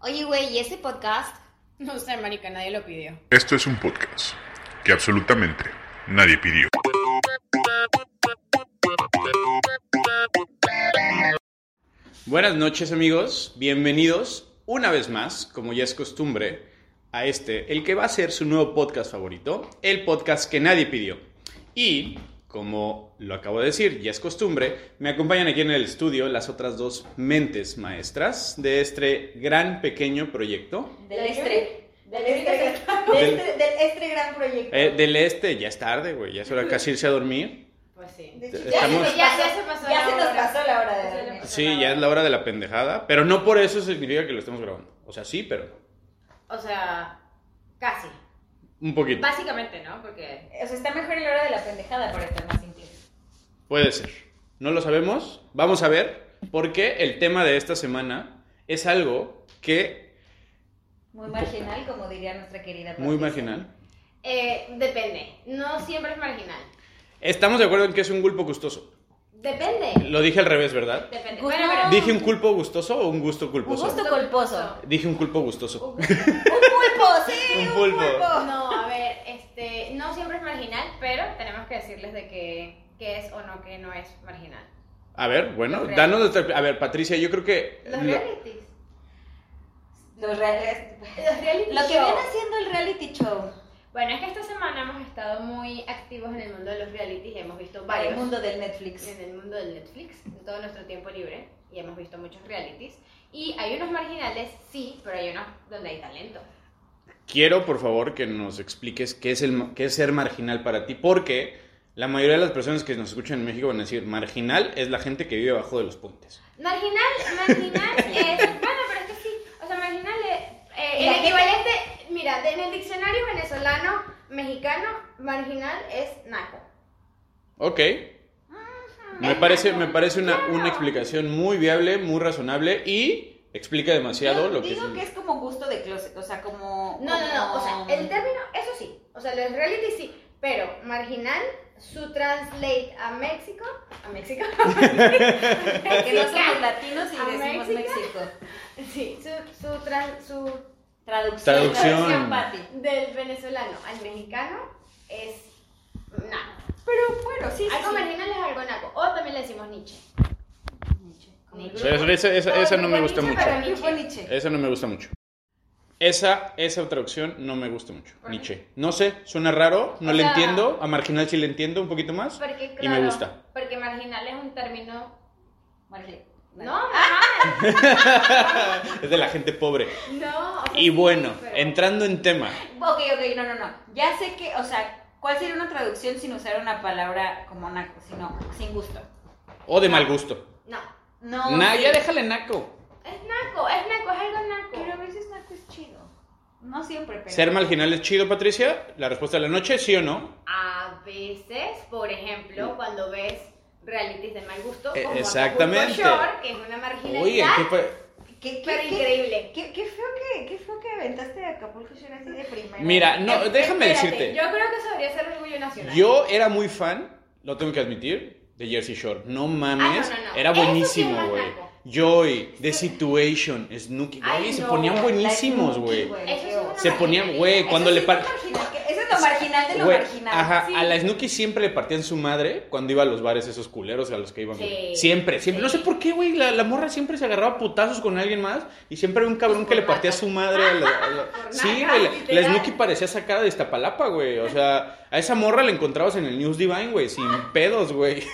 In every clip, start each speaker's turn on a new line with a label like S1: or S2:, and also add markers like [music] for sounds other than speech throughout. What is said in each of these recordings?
S1: Oye, güey, ¿y este podcast?
S2: No sé, marica, nadie lo pidió.
S3: Esto es un podcast que absolutamente nadie pidió.
S4: Buenas noches amigos, bienvenidos una vez más, como ya es costumbre, a este, el que va a ser su nuevo podcast favorito, el podcast que nadie pidió. Y, como lo acabo de decir, ya es costumbre, me acompañan aquí en el estudio las otras dos mentes maestras de este gran pequeño proyecto.
S1: Del estre. Del
S4: Del-
S5: Este- del este gran proyecto.
S4: Eh, del este, ya es tarde, güey, ya es hora casi irse a dormir.
S2: Pues sí.
S5: De hecho,
S4: Eh, Estamos-
S5: nos
S2: Ya-
S5: pasó-
S2: ya se pasó
S5: ya
S2: la
S5: se nos
S2: hora.
S5: pasó la hora de
S2: Ya se
S5: dormir.
S2: nos-
S4: Sí, ya es la hora de la pendejada, pero no por eso significa que lo estemos grabando. O sea, sí, pero
S2: O sea, casi.
S4: un poquito.
S2: Básicamente, ¿no? Porque.
S5: O sea, está mejor la hora de la pendejada por estar más simple.
S4: Puede ser. No lo sabemos. Vamos a ver. Porque el tema de esta semana es algo que.
S5: Muy marginal, como diría nuestra querida.
S4: Muy
S5: Patricia.
S4: marginal.
S6: Eh, depende. No siempre es marginal.
S4: Estamos de acuerdo en que es un culpo gustoso.
S6: Depende.
S4: Lo dije al revés, ¿verdad?
S6: Depende.
S1: Gusto.
S6: Bueno, pero-
S4: ¿Dije un culpo gustoso o un gusto
S5: Un
S4: culposo?
S5: gusto culposo.
S4: Dije un culpo gustoso. [laughs]
S5: Un pulpo, sí,
S4: Un
S5: un
S4: pulpo.
S5: pulpo.
S6: No, a ver, este, no siempre es marginal, pero tenemos que decirles de que, que es o no que no es marginal.
S4: A ver, bueno,
S6: Los
S4: danos nuestra. A ver, Patricia, yo creo que.
S6: Los
S4: lo-
S6: realities.
S5: Los reales.
S6: Los reality
S5: Lo que
S6: shows.
S5: viene haciendo el reality show.
S6: Bueno, es que esta semana hemos estado muy activos en el mundo de los realities y hemos visto
S5: Para
S6: varios.
S5: el mundo del Netflix.
S6: en el mundo del Netflix, en todo nuestro tiempo libre, y hemos visto muchos realities. Y hay unos marginales, sí, pero hay unos donde hay talento.
S4: Quiero, por favor, que nos expliques qué es, el, ma- qué es ser marginal para ti, porque la mayoría de las personas que nos escuchan en México van a decir, marginal es la gente que vive abajo de los puentes.
S6: Marginal,
S5: [laughs]
S6: marginal es. Bueno, pero es que sí. O sea, marginal es. eh,
S5: La
S6: el
S5: gente-
S6: equivalente. Mira, de- en el diccionario venezolano mexicano, marginal es naco.
S4: Ok. Me parece, me parece una, una explicación muy viable, muy razonable y explica demasiado
S5: Yo
S4: lo que
S5: digo
S4: es-
S5: que es como gusto de closet, o sea, como.
S6: No, no, no. O
S5: como-
S6: sea, el término, eso sí. O sea, los reality sí. Pero marginal, su translate a México. A México. [laughs]
S5: [laughs] Que no somos latinos y
S6: ¿A
S5: decimos
S6: México?
S5: México.
S6: Sí, su, su, tran- su
S5: Traducción.
S4: Traducción.
S5: Pati.
S6: del venezolano al mexicano es naco.
S5: Pero bueno, sí, sí.
S6: Algo
S5: sí.
S6: marginal es algo naco. O también le decimos Nietzsche.
S4: O sea, esa- esa- esa- esa no me gusta mucho.
S6: Para Nietzsche.
S5: Fue Nietzsche.
S4: Esa no me gusta mucho. Esa, esa traducción no me gusta mucho.
S6: ¿Por qué?
S4: Nietzsche. No sé, suena raro, no
S6: O
S4: le
S6: sea-
S4: entiendo. A marginal sí le entiendo un poquito más.
S6: Porque,
S4: Y
S6: claro,
S4: me gusta.
S6: Porque marginal es un término.
S5: Marley.
S6: No, mamá,
S4: Es de la gente pobre.
S6: no. o sea,
S4: Y bueno,
S6: sí, pero-
S4: entrando en tema.
S5: Ok, ok, no, no, no. Ya sé que, o sea, ¿cuál sería una traducción sin usar una palabra como naco? Sino, sin gusto.
S4: O de mal gusto.
S6: No.
S5: No.
S4: Nah, ya déjale naco.
S6: Es naco, es naco, es algo naco.
S5: Pero a veces naco es chido. No siempre, pero.
S4: ¿Ser marginal es chido, Patricia? La respuesta de la noche, sí o no.
S6: A veces, por ejemplo,
S4: Mm.
S6: cuando ves realities de mal gusto,
S4: Eh,
S6: como Acapulco
S4: exactamente.
S6: Shore, que es una
S4: Oye,
S6: marginalidad,
S4: ¿qué fue?
S5: ¿Qué, qué,
S6: pero
S5: qué-
S6: increíble.
S5: qué- qué feo que, qué feo que aventaste a Acapulco Shore así de primera.
S4: Mira, no, déjame
S6: Eh, Espérate,
S4: decirte.
S6: Yo creo que eso debería ser orgullo nacional.
S4: Yo era muy fan, lo tengo que admitir, de Jersey Shore. No mames,
S6: Ah, no, no, no.
S4: era
S6: Eso sí
S4: buenísimo,
S6: es más
S4: güey.
S6: naco.
S4: Joy, The Situation, Snooki,
S6: Ay,
S4: güey, se
S6: no,
S4: ponían
S6: la
S4: buenísimos, güey.
S6: Eso es una
S4: Se ponían, güey,
S6: marginalidad.
S4: cuando le par...
S5: Eso es lo marginal de lo
S4: Güey,
S5: marginal.
S4: ajá,
S5: Sí.
S4: a la Snooki siempre le partían su madre cuando iba a los bares esos culeros a los que iban.
S6: Sí.
S4: güey. Siempre, siempre. No sé por qué, güey, la, la morra siempre se agarraba a putazos con alguien más y siempre había un cabrón que le partía a su madre. a la- a la-
S6: Por
S4: Sí,
S6: nada,
S4: güey, la- la,
S6: literal.
S4: Snooki parecía sacada de Iztapalapa, güey. O sea, a esa morra la encontrabas en el News Divine, güey, sin pedos, güey.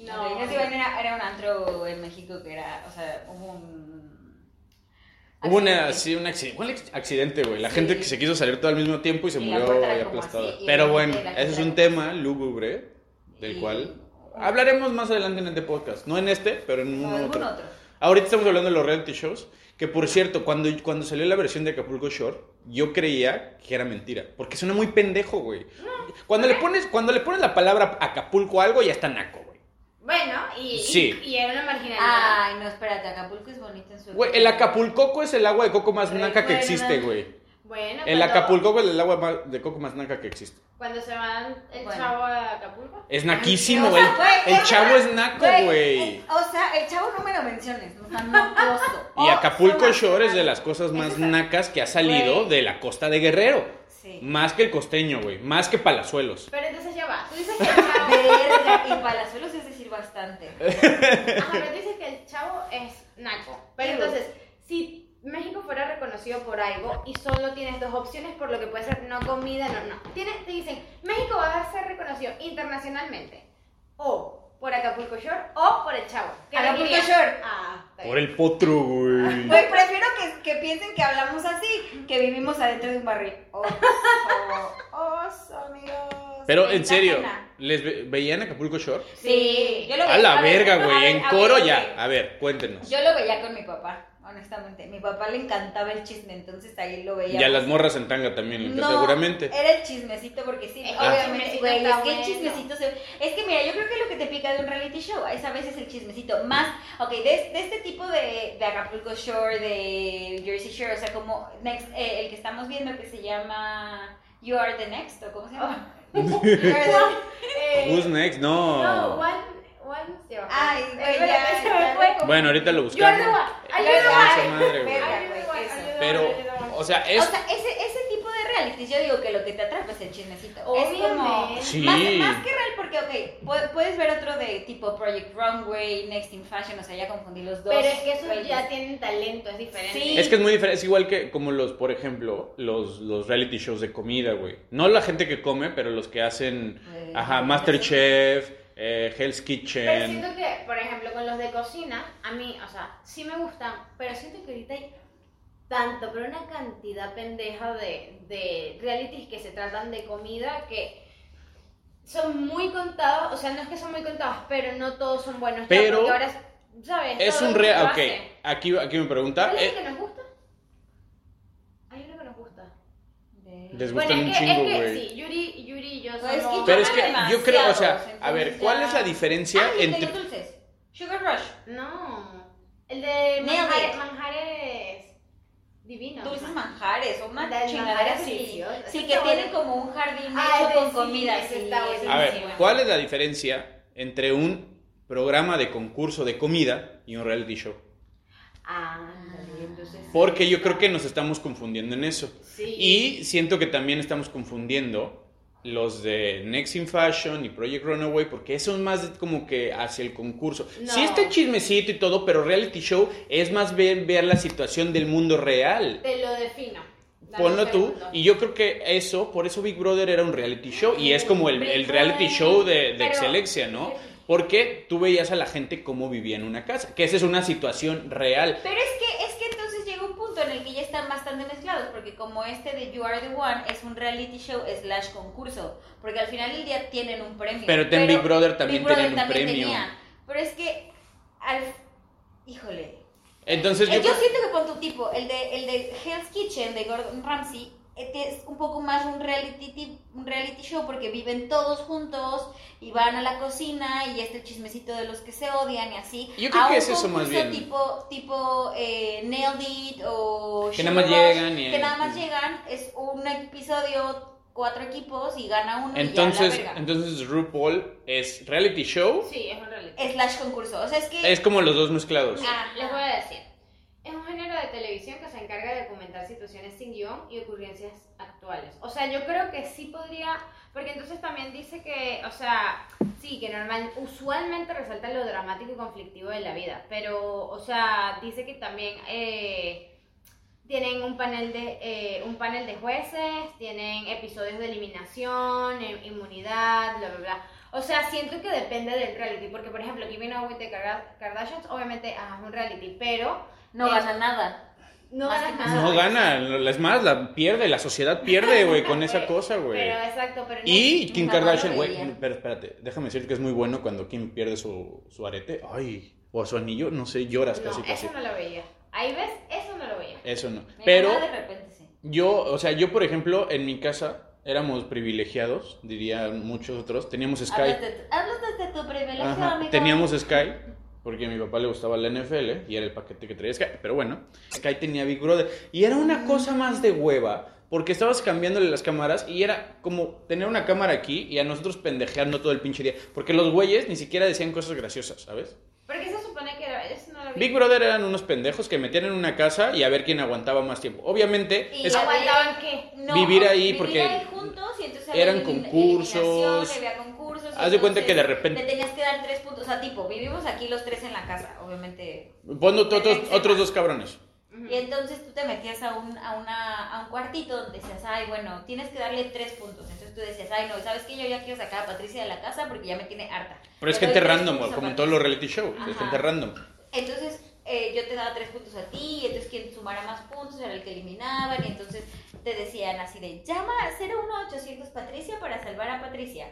S5: No,
S6: No,
S5: era, era un antro en México que era, o sea, hubo un...
S4: Hubo una,
S5: accidente.
S4: sí, un accidente, ¿cuál ex- accidente, güey? La
S5: Sí.
S4: gente que se quiso salir todo al mismo tiempo y se
S5: Y la
S4: murió
S5: puerta era
S4: ahí
S5: como
S4: aplastada.
S5: así, y
S4: Pero
S5: la
S4: bueno,
S5: gente- la
S4: ese
S5: gente
S4: es un
S5: era
S4: tema lúgubre del
S5: Y-
S4: cual hablaremos más adelante en este podcast. No en este, pero en
S5: O
S4: un
S5: algún
S4: otro.
S5: otro.
S4: Ahorita estamos hablando de los reality shows, que por cierto, cuando, cuando salió la versión de Acapulco Shore, yo creía que era mentira, porque suena muy pendejo, güey. Cuando le pones cuando le pones la palabra Acapulco a algo ya está naco, güey.
S6: Bueno, y,
S4: Sí.
S6: y, y era una marginalidad.
S5: Ay, no, espérate, Acapulco es bonito en su...
S4: Güey, el Acapulcoco es el agua de coco más naca que
S5: Recuerda.
S4: existe, güey.
S6: Bueno,
S4: El
S6: cuando-
S4: Acapulco es el agua ma- de coco más naca que existe.
S6: Cuando se van el
S5: Bueno.
S6: chavo a Acapulco.
S4: Es
S5: O
S4: naquísimo,
S5: sea,
S4: el,
S5: güey,
S4: el chavo es naco, güey.
S5: eh, O sea, el chavo no me lo menciones, no tan mocoso.
S4: Y Acapulco
S5: Oh,
S4: Shore es de las cosas más nacas que ha salido
S5: Güey.
S4: de la costa de Guerrero.
S5: Sí.
S4: Más que el costeño, güey. Más que Palazuelos.
S6: Pero entonces ya va. Tú dices [laughs] que el chavo.
S5: Verga, y palazuelos es decir bastante.
S6: Ajá, pero tú dices que el chavo es naco. Pero
S5: Sí.
S6: entonces, si México fuera reconocido por algo y solo tienes dos opciones por lo que puede ser no comida, no, no. Tienes, te dicen, México va a ser reconocido internacionalmente. O por Acapulco Shore o por el chavo. ¿Qué
S5: Acapulco
S6: elegirías?
S5: Shore.
S6: Ah, está bien.
S4: Por el potro, güey.
S5: Güey, prefiero que, que piensen que hablamos así, que vivimos adentro de un barril. Oh, Oso, oso, amigos.
S4: Pero
S5: Me
S4: en
S5: da
S4: serio,
S5: pena.
S4: ¿les ve- veían Acapulco Shore?
S5: Sí, yo lo
S4: A
S5: veía-
S4: la
S5: ver,
S4: verga,
S5: no, a
S4: güey.
S5: ver,
S4: En
S5: a ver,
S4: coro
S5: ok.
S4: ya. A ver, cuéntenos.
S5: Yo lo veía con mi papá, honestamente. Mi papá le encantaba el chisme, entonces ahí lo veía.
S4: Y a las morras en tanga también,
S5: No,
S4: seguramente.
S5: Era el chismecito, porque sí,
S6: Eh,
S5: obviamente,
S6: el chismecito
S5: güey, es
S6: está
S5: que el
S6: bueno.
S5: chismecito se... Es que mira, yo creo que lo que te pica de un reality show es a veces el chismecito. Más, ok, de, de este tipo de, de Acapulco Shore, de Jersey Shore, o sea, como next, eh, el que estamos viendo que se llama You Are the Next, o cómo se
S4: Oh,
S5: llama. You Are
S4: [laughs]
S5: the-
S6: Eh,
S4: Who's next?
S6: No,
S4: No.
S6: one, one zero.
S5: Ay, güey,
S6: Espérate,
S5: ya,
S6: se
S5: ya.
S6: me fue.
S4: Bueno, ahorita lo
S6: Yo
S4: buscamos.
S6: no voy.
S5: Ayuda.
S4: Esa madre, güey.
S5: Verga,
S6: Ayuda,
S5: güey,
S6: ayuda.
S5: eso.
S4: Pero, o sea, es
S5: O sea, ese, ese tipo de realities, yo digo que lo que te atrapa es el chismecito. Es como...
S6: Obviamente.
S4: Sí.
S5: Más, más que real, porque, ok, pu- puedes ver otro de tipo Project Runway, Next in Fashion, o sea, ya confundí los dos.
S6: Pero es que esos
S5: güeyes.
S6: ya tienen talento, es diferente.
S5: Sí.
S4: Es que es muy diferente, es igual que como los, por ejemplo, los, los reality shows de comida, güey. No la gente que come, pero los que hacen,
S5: Eh,
S4: ajá,
S5: no
S4: Masterchef, eh, Hell's
S6: Pero
S4: Kitchen.
S6: siento que, por ejemplo, con los de cocina, a mí, o sea, sí me gustan, pero siento que ahorita hay tanto, pero una cantidad pendeja de, de realities que se tratan de comida que son muy contados, o sea, no es que son muy contados, pero no todos son buenos. ya,
S4: Pero
S6: porque ahora, ¿sabes?
S4: Es
S6: Todo
S4: un
S6: el mundo
S4: real,
S6: lo
S4: ok,
S6: hace.
S4: aquí, aquí me pregunta,
S6: ¿Cuál es el
S4: eh,
S6: que nos gusta? Hay uno que nos gusta.
S5: sé.
S4: les
S6: Bueno,
S4: gustan
S6: es
S4: un
S6: que, es
S4: chingo,
S6: que
S4: güey.
S6: sí, Yuri, Yuri y yo
S5: Pues es que
S6: somos-
S4: Pero es
S5: Yo
S4: que
S5: creo
S4: yo creo, o sea,
S5: demasiados,
S4: a ver,
S5: entonces
S4: ¿cuál
S5: ya-
S4: es la diferencia
S5: Ah, y el de
S4: entre...
S5: los dulces. Sugar Rush.
S6: No. El de
S5: Nailed
S6: manjares,
S5: it.
S6: manjares divinos.
S5: Dulces manjares, o una
S6: Del
S5: chingadera
S6: manjar
S5: así.
S6: delicioso.
S5: Sí,
S6: Ese
S5: que
S6: está
S5: tienen
S6: bueno.
S5: como un jardín
S6: Ah,
S5: hecho
S6: ese
S5: con
S6: sí,
S5: comida.
S6: ese
S5: sí,
S6: está bueno.
S5: es
S4: A ver,
S5: buenísimo.
S4: ¿cuál es la diferencia entre un programa de concurso de comida y un reality show?
S6: Ah, entonces.
S4: Porque yo creo que nos estamos confundiendo en eso.
S6: Sí.
S4: Y siento que también estamos confundiendo los de Next in Fashion y Project Runaway, porque eso es más como que hacia el concurso.
S6: No.
S4: Sí está el chismecito y todo, pero reality show es más ver, ver la situación del mundo real.
S6: Te lo defino. Dame
S4: Ponlo
S6: un
S4: tú.
S6: segundo.
S4: Y yo creo que eso, por eso Big Brother era un reality show. Y es como el,
S6: Big
S4: el reality
S6: Brother.
S4: show de, de
S6: Pero-
S4: excelencia, ¿no? Porque tú veías a la gente cómo vivía en una casa, que esa es una situación real.
S5: Pero es que, es que entonces llega un punto en el que ya están bastante mezclados, porque como este de You Are the One es un reality show slash concurso, porque al final del día tienen un premio.
S4: Pero en Big Brother también
S5: Brother
S4: tenían un premio.
S5: pero es que, al, híjole,
S4: Entonces
S5: Eh, yo,
S4: creo-
S5: siento que con tu tipo, el de, el de Hell's Kitchen de Gordon Ramsay, este es un poco más un reality, ti- un reality show porque viven todos juntos y van a la cocina y este chismecito de los que se odian y así.
S4: Yo creo
S5: A
S4: que
S5: un
S4: es eso más
S5: concurso
S4: bien.
S5: Tipo, tipo eh, Nailed It o.
S4: Que nada más
S5: Sugar Rush,
S4: llegan y-
S5: Que nada más llegan, es un episodio, cuatro equipos y gana uno
S4: Entonces,
S5: y ya la verga.
S4: entonces RuPaul es reality show,
S6: Sí, es un reality.
S5: Slash concurso. O sea, es que. ah,
S4: es como los dos mezclados.
S6: Mira, les voy a decir. Es un género de televisión que se encarga de documentar situaciones sin guión y ocurrencias actuales. O sea, yo creo que sí podría, porque entonces también dice que, o sea, sí, que normal, usualmente resalta lo dramático y conflictivo de la vida, pero, o sea, dice que también eh, tienen un panel de eh, un panel de jueces, tienen episodios de eliminación, eh, inmunidad, bla, bla, bla. O sea, siento que depende del reality, porque por ejemplo, Keeping Up with the Karda- Kardashians, obviamente ajá, es un reality, pero
S5: no gana nada.
S6: no
S5: Más
S6: ganas
S5: que
S6: nada.
S4: No gana, es más, la pierde, la sociedad pierde, güey, con esa
S6: Güey,
S4: cosa, güey.
S6: Pero exacto, pero no-
S4: Y Kim
S5: no,
S4: Kardashian,
S5: no
S4: güey,
S5: veía.
S4: pero espérate, déjame decir que es muy bueno cuando Kim pierde su, su arete, ay, o su anillo, no sé, lloras
S6: no,
S4: casi, casi.
S6: eso no lo veía. Ahí ves, eso no lo veía.
S4: Eso no.
S5: Mi
S4: Pero
S5: mamá de repente sí.
S4: yo, o sea, yo por ejemplo, en mi casa éramos privilegiados, dirían muchos otros, teníamos Sky.
S5: Hablas de, tu- hablas desde tu privilegio,
S4: Ajá.
S5: amigo.
S4: Teníamos Sky, porque a mi papá le gustaba la NFL y era el paquete que traía Sky. Pero bueno, Sky tenía Big Brother. Y era una cosa más de hueva, Porque estabas cambiándole las cámaras y era como tener una cámara aquí y a nosotros pendejeando todo el pinche día. Porque los güeyes ni siquiera decían cosas graciosas, ¿sabes?
S6: Porque se supone que era- eso no lo vi.
S4: Big Brother eran unos pendejos que metían en una casa y a ver quién aguantaba más tiempo. Obviamente,
S5: Y
S4: es-
S5: luego
S6: ¿Aguantaban qué?
S5: No,
S4: Vivir ahí
S5: vivir
S4: porque
S5: ahí juntos y entonces había
S4: eran
S5: elimin-
S4: concursos.
S5: eliminación, Había concursos.
S4: Haz de cuenta
S5: entonces
S4: que de repente-
S5: Te tenías que dar tres puntos. O sea, tipo, vivimos aquí los tres en la casa, obviamente.
S4: pon otro- otros, otros dos cabrones.
S5: Y entonces tú te metías a un, a, una, a un cuartito donde decías, ay, bueno, tienes que darle tres puntos. Entonces tú decías, ay, no, ¿sabes qué? Yo ya quiero sacar a Patricia de la casa porque ya me tiene harta.
S4: Pero es
S5: Le
S4: gente
S5: doy tres
S4: random,
S5: puntos a
S4: como en
S5: Patricia.
S4: todos los reality shows,
S5: Ajá.
S4: es gente random.
S5: Entonces eh, yo te daba tres puntos a ti, y entonces quien sumara más puntos era el que eliminaban, y entonces te decían así de llama 01800 Patricia para salvar a Patricia.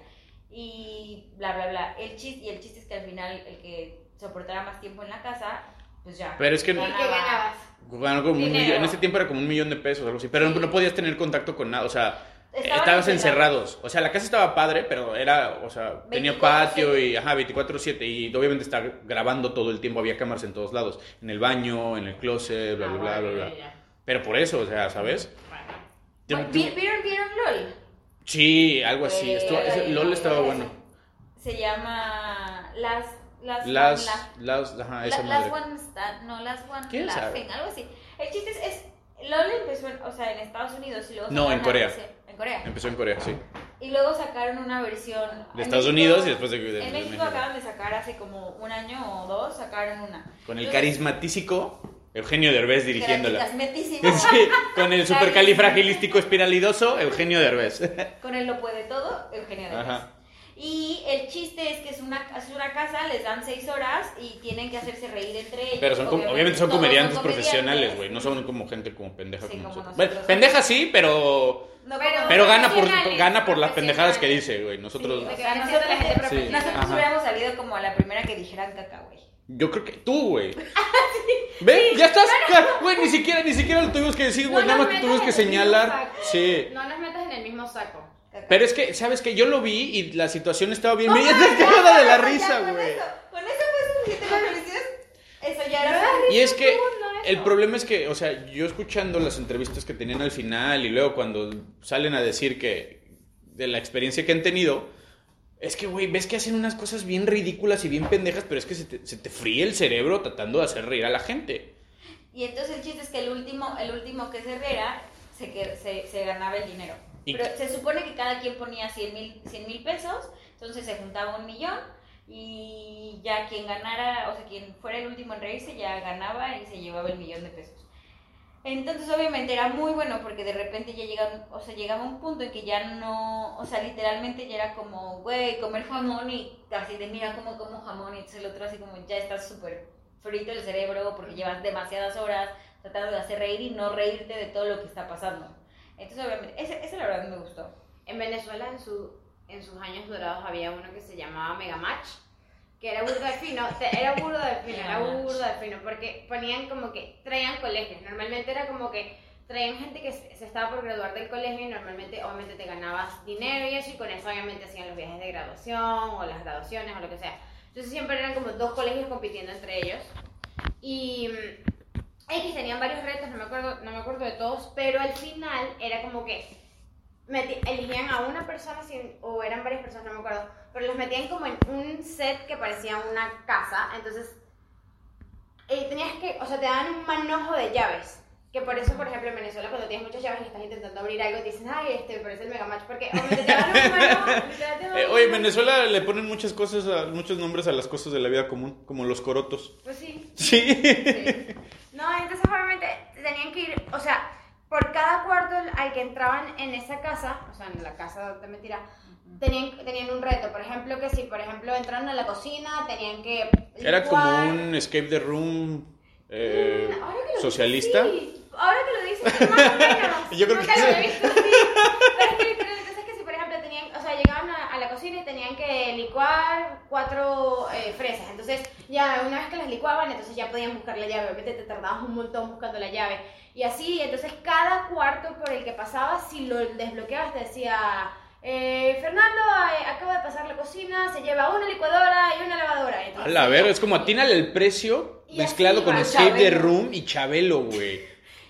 S5: Y bla, bla, bla. El chiste, y el chiste es que al final el que soportara más tiempo en la casa, pues ya.
S4: Pero es que
S6: ¿Y
S5: Ganaba.
S6: qué ganabas?
S4: bueno, como un
S6: Dinero.
S4: millón- en ese tiempo era como un millón de pesos o algo así, pero no, no podías tener contacto con nada, o sea,
S5: Estaban
S4: estabas
S5: encerrados.
S4: encerrados. O sea, la casa estaba padre, pero era, o sea, tenía patio y, ajá, 24/7 y obviamente está grabando todo el tiempo, había cámaras en todos lados, en el baño, en el closet, bla,
S6: Ah,
S4: bla, bla, bla,
S6: bueno,
S4: bla.
S6: ya, ya.
S4: Pero por eso, o sea, ¿sabes?
S6: Bueno.
S4: Tú-
S5: Bueno,
S4: tú-
S5: ¿vi- ¿Vieron, vieron LOL?
S4: Sí, algo así.
S5: Eh,
S4: Estuvo- ese-
S5: eh,
S4: LOL
S5: no,
S4: estaba
S5: no,
S4: bueno.
S5: Se llama Las... Las...
S4: Las,
S5: Las-
S4: las, ajá, esa
S5: La- las
S4: madre.
S5: One Stand, no, las One
S4: ¿Quién
S5: Laughing, algo así. El chiste es, es LOL empezó en, o sea, en Estados Unidos y luego
S4: No, en
S5: sacaron una
S4: Corea.
S5: versión- en Corea.
S4: Empezó en Corea, sí.
S5: Y luego sacaron una versión en
S4: De Estados
S5: México-
S4: Unidos y después de, de-
S5: en
S4: de
S5: México acaban de sacar hace como un año o dos, sacaron una.
S4: Con el
S5: Entonces,
S4: carismatístico Eugenio Derbez
S5: que era
S4: dirigiéndola.
S5: chismecísimo,
S4: [laughs] Sí, con el supercalifragilístico espiralidoso Eugenio Derbez.
S5: Con él lo puede todo, Eugenio Derbez.
S4: Ajá.
S5: Y el chiste es que es una, es una casa, les dan seis horas y tienen que hacerse reír entre ellos.
S4: Pero son, com- obviamente, son
S5: todos
S4: comediantes
S5: comediantes.
S4: profesionales, güey. No son como gente como pendeja
S5: Sí,
S4: como
S5: como
S4: nosotros.
S5: nosotros.
S4: Bueno, pendeja sí, pero,
S5: No,
S6: Pero-
S5: como-
S4: pero gana, por,
S6: profesionales,
S4: gana por las pendejadas que
S6: profesionales.
S4: dice, güey. Nosotros.
S5: Sí,
S6: O sea,
S5: o sea,
S6: nosotros
S5: nosotros-
S6: la gente
S5: Sí.
S6: profesional.
S5: Nosotros
S4: Ajá.
S5: hubiéramos salido como a la primera que dijeran caca, güey.
S4: Yo creo que tú, güey. ¿Ven? ya estás. ca- Güey, ni siquiera, ni siquiera lo tuvimos que decir,
S6: No
S4: güey. nada
S6: nos
S4: más te
S6: metas
S4: tuvimos
S6: en
S4: que
S6: el
S4: señalar.
S6: mismo saco.
S4: Sí.
S6: No nos metas en el mismo saco.
S5: Caca.
S4: Pero es que, ¿sabes qué? Yo lo vi y la situación estaba bien. Me estás cagada de la
S5: Ya,
S4: risa,
S5: con
S4: güey.
S5: eso- Con eso fue suficiente para felicidades. Eso ya era.
S4: Y es que
S6: mundo eso.
S4: el problema es que, o sea, yo escuchando las entrevistas que tenían al final y luego cuando salen a decir que de la experiencia que han tenido, es que, güey, ves que hacen unas cosas bien ridículas y bien pendejas, pero es que se te, se te fríe el cerebro tratando de hacer reír a la gente.
S5: Y entonces el chiste es que el último, el último que se riera se, que- se, se ganaba el dinero.
S4: Y
S5: Pero
S4: ca-
S5: se supone que cada quien ponía 100 mil 100 mil pesos, entonces se juntaba un millón y ya quien ganara, o sea, quien fuera el último en reírse ya ganaba y se llevaba el millón de pesos. Entonces obviamente era muy bueno porque de repente ya llegan, o sea, llegaba un punto en que ya no, o sea, literalmente ya era como, güey, comer jamón y así de mira cómo como jamón y entonces el otro así como ya estás súper frito el cerebro porque llevas demasiadas horas tratando de hacer reír y no reírte de todo lo que está pasando. Entonces obviamente, ese, ese la verdad me gustó.
S6: En Venezuela, en, su, en sus años dorados, había uno que se llamaba Megamatch, que era burdo de fino, te- era burdo de fino, era
S5: Megamatch.
S6: burdo de fino, porque ponían como que, traían colegios, normalmente era como que traían gente que se se estaba por graduar del colegio y normalmente obviamente te ganabas dinero y eso, y con eso obviamente hacían los viajes de graduación o las graduaciones o lo que sea. Entonces siempre eran como dos colegios compitiendo entre ellos. Y mm, X tenían varios retos, no me acuerdo, no me acuerdo de todos, pero al final era como que meti- elegían a una persona sin- o eran varias personas, no me acuerdo, pero los metían como en un set que parecía una casa, entonces eh, tenías que, o sea, te daban un manojo de llaves. Que por eso, por ejemplo, en Venezuela, cuando tienes muchas llaves y estás intentando abrir algo, te dicen, ay, este, pero es el Megamatch, porque obviamente te dan un manojo.
S4: [laughs]
S6: literal, te dan
S4: Eh,
S6: un
S4: oye, en
S6: manojo.
S4: Venezuela le ponen muchas cosas, a- muchos nombres a las cosas de la vida común, como los corotos. [laughs]
S6: Pues sí.
S4: Sí.
S6: No, entonces obviamente tenían que ir, o sea, por cada cuarto al que entraban en esa casa, o sea, en la casa de mentira, tenían, tenían un reto. Por ejemplo, que si, por ejemplo, entraron a la cocina, tenían que...
S4: Era como
S6: licuar.
S4: un escape the room eh,
S6: Mm, ahora que lo
S4: socialista.
S6: Sí, ahora que lo dices, más o menos.
S4: [laughs] Yo creo
S6: Nunca
S4: que
S6: lo
S4: sí.
S6: he visto así. Pero es que, pero entonces que si, por ejemplo, tenían, o sea, llegaban a, a la cocina y tenían que licuar cuatro eh, fresas. Entonces, ya una vez que las licuaban, entonces ya podían buscar la llave. Obviamente te tardabas un montón buscando la llave. Y así, entonces cada cuarto por el que pasabas, si lo desbloqueabas, te decía... eh, Fernando eh, acaba de pasar la cocina, se lleva una licuadora y una lavadora.
S4: A
S6: Entonces,
S4: la verga, es como atínale el precio
S6: Y así
S4: mezclado con
S6: iba
S4: Escape the
S6: Chabelo.
S4: Room y Chabelo, güey.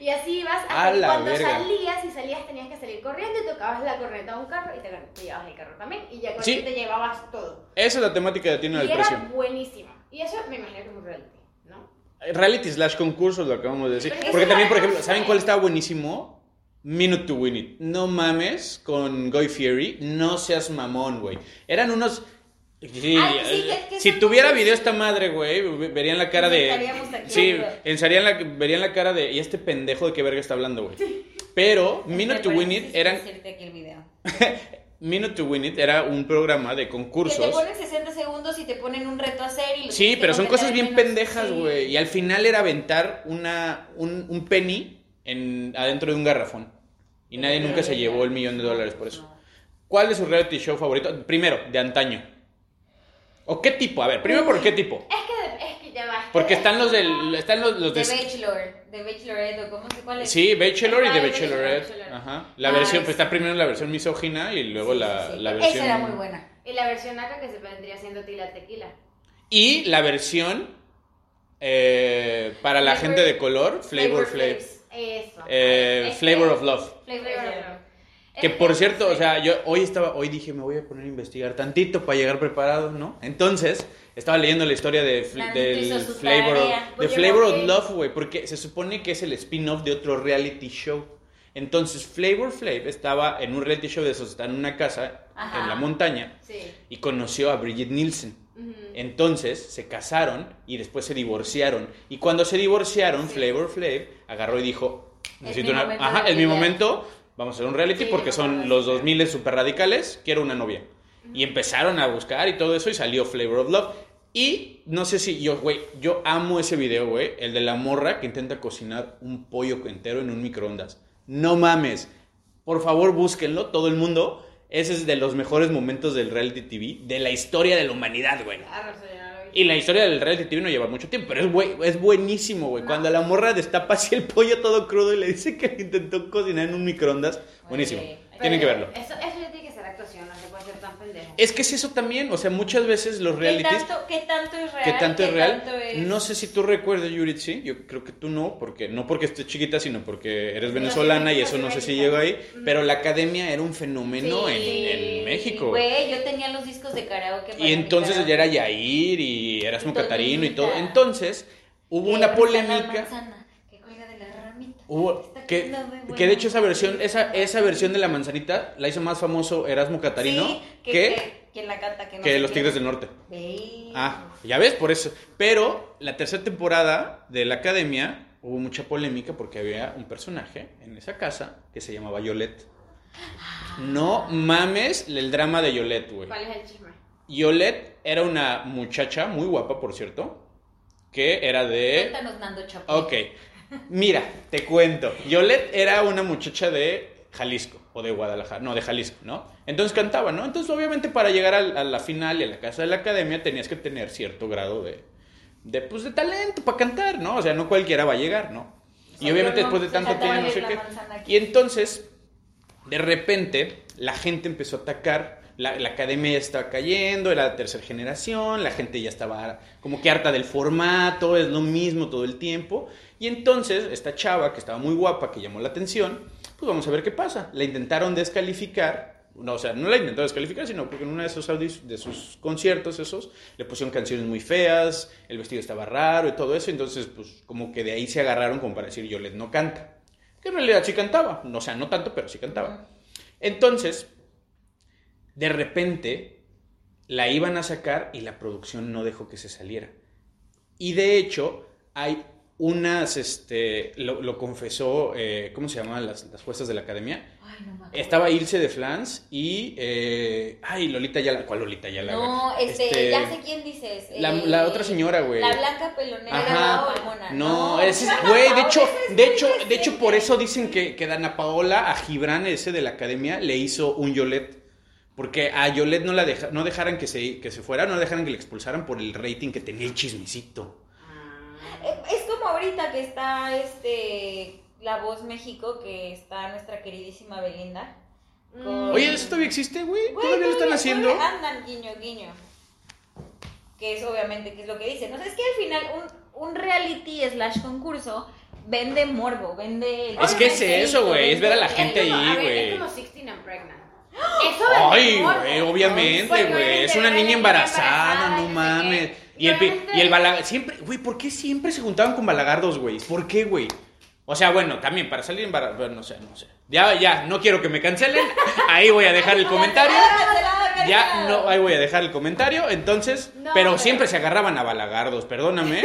S6: Y así ibas
S4: A
S6: hasta que
S4: la
S6: cuando
S4: verga.
S6: salías, si salías tenías que salir corriendo y tocabas la corneta a un carro y te, te llevabas el carro también y ya con
S4: Sí.
S6: eso te llevabas todo.
S4: Esa es la temática de Tienda
S6: y
S4: del
S6: era
S4: Precio.
S6: buenísimo. Y eso me imagino que es un reality, ¿no?
S4: Reality slash concurso, lo acabamos de decir.
S6: Pero es
S4: Porque
S6: que
S4: también, por
S6: no
S4: ejemplo,
S6: sé.
S4: ¿saben cuál estaba buenísimo? Minute to Win It. No mames con Guy Fieri. No seas mamón, güey. Eran unos... Sí,
S5: Ay, sí,
S4: eh,
S5: que- que
S4: si
S5: son
S4: tuviera
S5: unos-
S4: video esta madre, güey, ve- verían la cara de...
S5: Estaríamos aquí.
S4: Sí,
S5: Pero-
S4: pensarían la, verían la cara de... ¿Y este pendejo de qué verga está hablando, güey? Pero Minute to Win It eran...
S5: Decirte aquí el video.
S4: Minute to Win It era un programa de
S5: Que te
S4: concursos.
S5: ponen 60 segundos y te ponen un reto a hacer y lo tienes
S4: Sí,
S5: que
S4: pero son cosas
S5: completar
S4: bien
S5: en menos-
S4: pendejas,
S5: sí.
S4: güey. Y al final era aventar una, un, un penny en, adentro de un garrafón. Y nadie nunca se llevó el millón de dólares por eso. ¿Cuál es su reality show favorito? Primero, de antaño. ¿O qué tipo? A ver, primero por qué tipo.
S6: Es que, es que ya va. es que-
S4: Porque están los del. Están los, los
S5: The
S4: de.
S5: Bachelor, The Bachelorette, o cómo se cuál es.
S4: Sí, Bachelor y
S6: Ah,
S4: The
S6: el de
S4: Bachelorette.
S6: Bachelor.
S4: Ajá. La
S5: Ah,
S4: versión,
S5: sí.
S4: pues está primero la versión misógina y luego
S5: Sí,
S4: la,
S5: sí, sí.
S4: la versión.
S5: Esa era muy buena.
S6: Y la versión acá que se vendría siendo Tila Tequila.
S4: Y la versión eh, para la
S6: Flavor-
S4: gente de color, Flavor Flav.
S6: Flav. Eso.
S4: Eh,
S6: Es que-
S4: Flavor of Love.
S5: Flavor
S6: Flavor of
S5: Flav.
S6: Love.
S4: Que
S6: Es
S4: por cierto, o sea, yo hoy estaba, hoy dije, me voy a poner a investigar tantito para llegar preparado, ¿no? Entonces, estaba leyendo la historia de, fl-
S5: Nanito
S4: del
S5: hizo su
S4: Flavor of,
S5: tarea. Pues
S6: Oye,
S4: de Flavor
S6: ¿por
S4: of
S6: qué?
S4: Love, güey, porque se supone que es el spin-off de otro reality show. Entonces, Flavor Flav estaba en un reality show de esos, está en una casa
S5: Ajá.
S4: en la montaña
S6: Sí.
S4: y conoció a Bridget Nielsen.
S6: Ujú.
S4: eh, Entonces se casaron y después se divorciaron. Y cuando se divorciaron,
S6: Sí.
S4: Flavor Flav agarró y dijo: Necesito
S5: mi
S4: una.
S5: momento
S4: Ajá,
S5: de
S4: es mi
S5: brillar".
S4: momento. Vamos a hacer un reality
S6: Sí, yo
S4: porque
S6: me
S4: son
S6: acuerdo
S4: los
S6: de eso.
S4: 2000 super radicales. Quiero una novia. Y empezaron a buscar y todo eso. Y salió Flavor of Love. Y no sé si yo, güey, yo amo ese video, güey. El de la morra que intenta cocinar un pollo entero en un microondas. No mames. Por favor, búsquenlo, todo el mundo. Ese es de los mejores momentos del reality TV de la historia de la humanidad, güey.
S6: Ah, Rosa, yo no lo vi.
S4: Y la historia del reality TV no lleva mucho tiempo, pero es, güey- es buenísimo, güey. Cuando la morra destapa así el pollo todo crudo y le dice que intentó cocinar en un microondas, buenísimo.
S5: Güey,
S4: Tienen que
S6: Pero
S4: verlo. Eh,
S6: Eso, eso ya tiene que ser actuación, no se puede ser tan pendejo.
S4: Es que es eso también, o sea, muchas veces los
S5: ¿Qué
S4: realities...
S5: tanto, ¿Qué tanto es real?
S4: que tanto es real.
S5: tanto es-
S4: No sé si tú recuerdas, Yuritsi, yo creo que tú no, porque no porque estés chiquita, sino porque eres venezolana y eso no sé si llegó ahí, pero la academia era un fenómeno
S6: Sí.
S4: en, en México.
S5: Güey, yo tenía los discos de karaoke. para
S4: Y
S5: mi
S4: entonces
S5: karaoke.
S4: ya era Yair y Erasmo
S5: Y Toñita.
S4: Catarino y todo. Entonces hubo
S5: Que
S4: una
S5: ahorita la
S4: polémica.
S5: manzana que cuelga de la ramita.
S4: Hubo,
S5: Está
S4: que,
S5: quedando muy
S4: que de
S5: buena.
S4: hecho esa versión, esa, esa versión de la manzanita la hizo más famoso Erasmo Catarino
S5: Sí,
S4: que,
S5: que- ¿Quién la canta? Que, no
S4: que
S5: sé
S4: los
S5: quién.
S4: Tigres del Norte.
S5: Ve.
S4: Ah, ya ves, por eso. Pero la tercera temporada de la academia hubo mucha polémica porque había un personaje en esa casa que se llamaba Yolette. No mames el drama de Yolette, güey.
S6: ¿Cuál es el chisme?
S4: Yolette era una muchacha muy guapa, por cierto, que era de...
S5: Cuéntanos, Nando Chapín.
S4: ¿eh? Ok, mira, te cuento. Yolette era una muchacha de Jalisco o de Guadalajara, no, de Jalisco, ¿no? Entonces cantaba, ¿no? Entonces obviamente para llegar al- a, la final y a la casa de la academia tenías que tener cierto grado de, de pues de talento para cantar, ¿no? O sea, no cualquiera va a llegar, ¿no? Y
S5: Sí,
S4: obviamente
S5: pero no,
S4: después de
S5: se
S4: tanto
S5: cantaba
S4: tiempo, no
S5: bien
S4: sé
S5: la
S4: qué.
S5: manzana aquí.
S4: Y entonces, de repente, la gente empezó a atacar, la, la academia ya estaba cayendo, era la tercera generación, la gente ya estaba como que harta del formato, es lo mismo todo el tiempo. Y entonces, esta chava que estaba muy guapa, que llamó la atención, pues vamos a ver qué pasa. La intentaron descalificar. No, o sea, no la intentaron descalificar, sino porque en uno de esos audios, de sus conciertos esos, le pusieron canciones muy feas, el vestido estaba raro y todo eso, entonces pues como que de ahí se agarraron como para decir, Yolette no canta. Que en realidad sí cantaba. O sea, no tanto, pero sí cantaba. Entonces, de repente, la iban a sacar y la producción no dejó que se saliera. Y de hecho, hay unas, este, lo, lo confesó, eh, ¿cómo se llamaban las, las juezas de la academia?
S5: Ay, no me acuerdo.
S4: Estaba Ilse de Flans y, eh, ay, Lolita Yala. ¿Cuál Lolita Yala?
S5: No,
S4: güey?
S5: este,
S4: Este,
S5: ya sé quién dices.
S4: la,
S5: eh,
S4: la otra señora, güey.
S5: La blanca pelonera
S4: Ajá.
S5: la hormona.
S4: No, ese
S5: [laughs]
S4: es,
S5: Dana
S4: güey, de
S5: Paola,
S4: hecho,
S5: ese es
S4: de
S5: muy
S4: hecho, de
S5: reciente.
S4: hecho, por e- eso dicen que, que Dana Paola a Gibran, ese de la academia, le hizo un Yolet. Porque a Yolet no la deja, no dejaran que se, que se fuera, no dejaran que le expulsaran por el rating que tenía el chismecito.
S5: Eh, Es como ahorita que está este La Voz México, que está nuestra queridísima Belinda.
S6: Mm.
S4: Oye, ¿eso todavía existe, güey?
S5: Güey,
S4: ¿Todavía lo están
S5: todavía-
S4: haciendo?
S5: todavía Andan guiño, guiño. Que es obviamente que es lo que dicen. O sea, es que al final un, un reality slash concurso vende morbo, vende...
S4: Es que es
S5: Obviamente,
S4: eso, güey,
S5: vende-
S4: es ver a la gente
S6: Es como- a
S4: ahí,
S6: ver, Es
S4: güey.
S6: como 16 and pregnant. Eso
S4: Ay,
S6: vende morbo.
S4: güey, obviamente,
S6: Porque
S4: güey.
S6: Pues, obviamente
S4: Es una
S6: era
S4: niña embarazada,
S6: y
S4: no
S6: sé
S4: mames.
S6: qué.
S4: Y el, pi-
S6: obviamente-
S4: y el balagardo. Siempre, güey, ¿por qué siempre se juntaban con balagardos, güey? ¿Por qué, güey? O sea, bueno, también para salir embarazada. Bueno, no sé, no sé. Ya, ya, no quiero que me cancelen. Ahí voy a dejar el comentario. Ya, no, ahí voy a dejar el comentario. Entonces,
S6: No,
S4: pero
S6: güey.
S4: siempre se agarraban a balagardos, perdóname. ¿eh?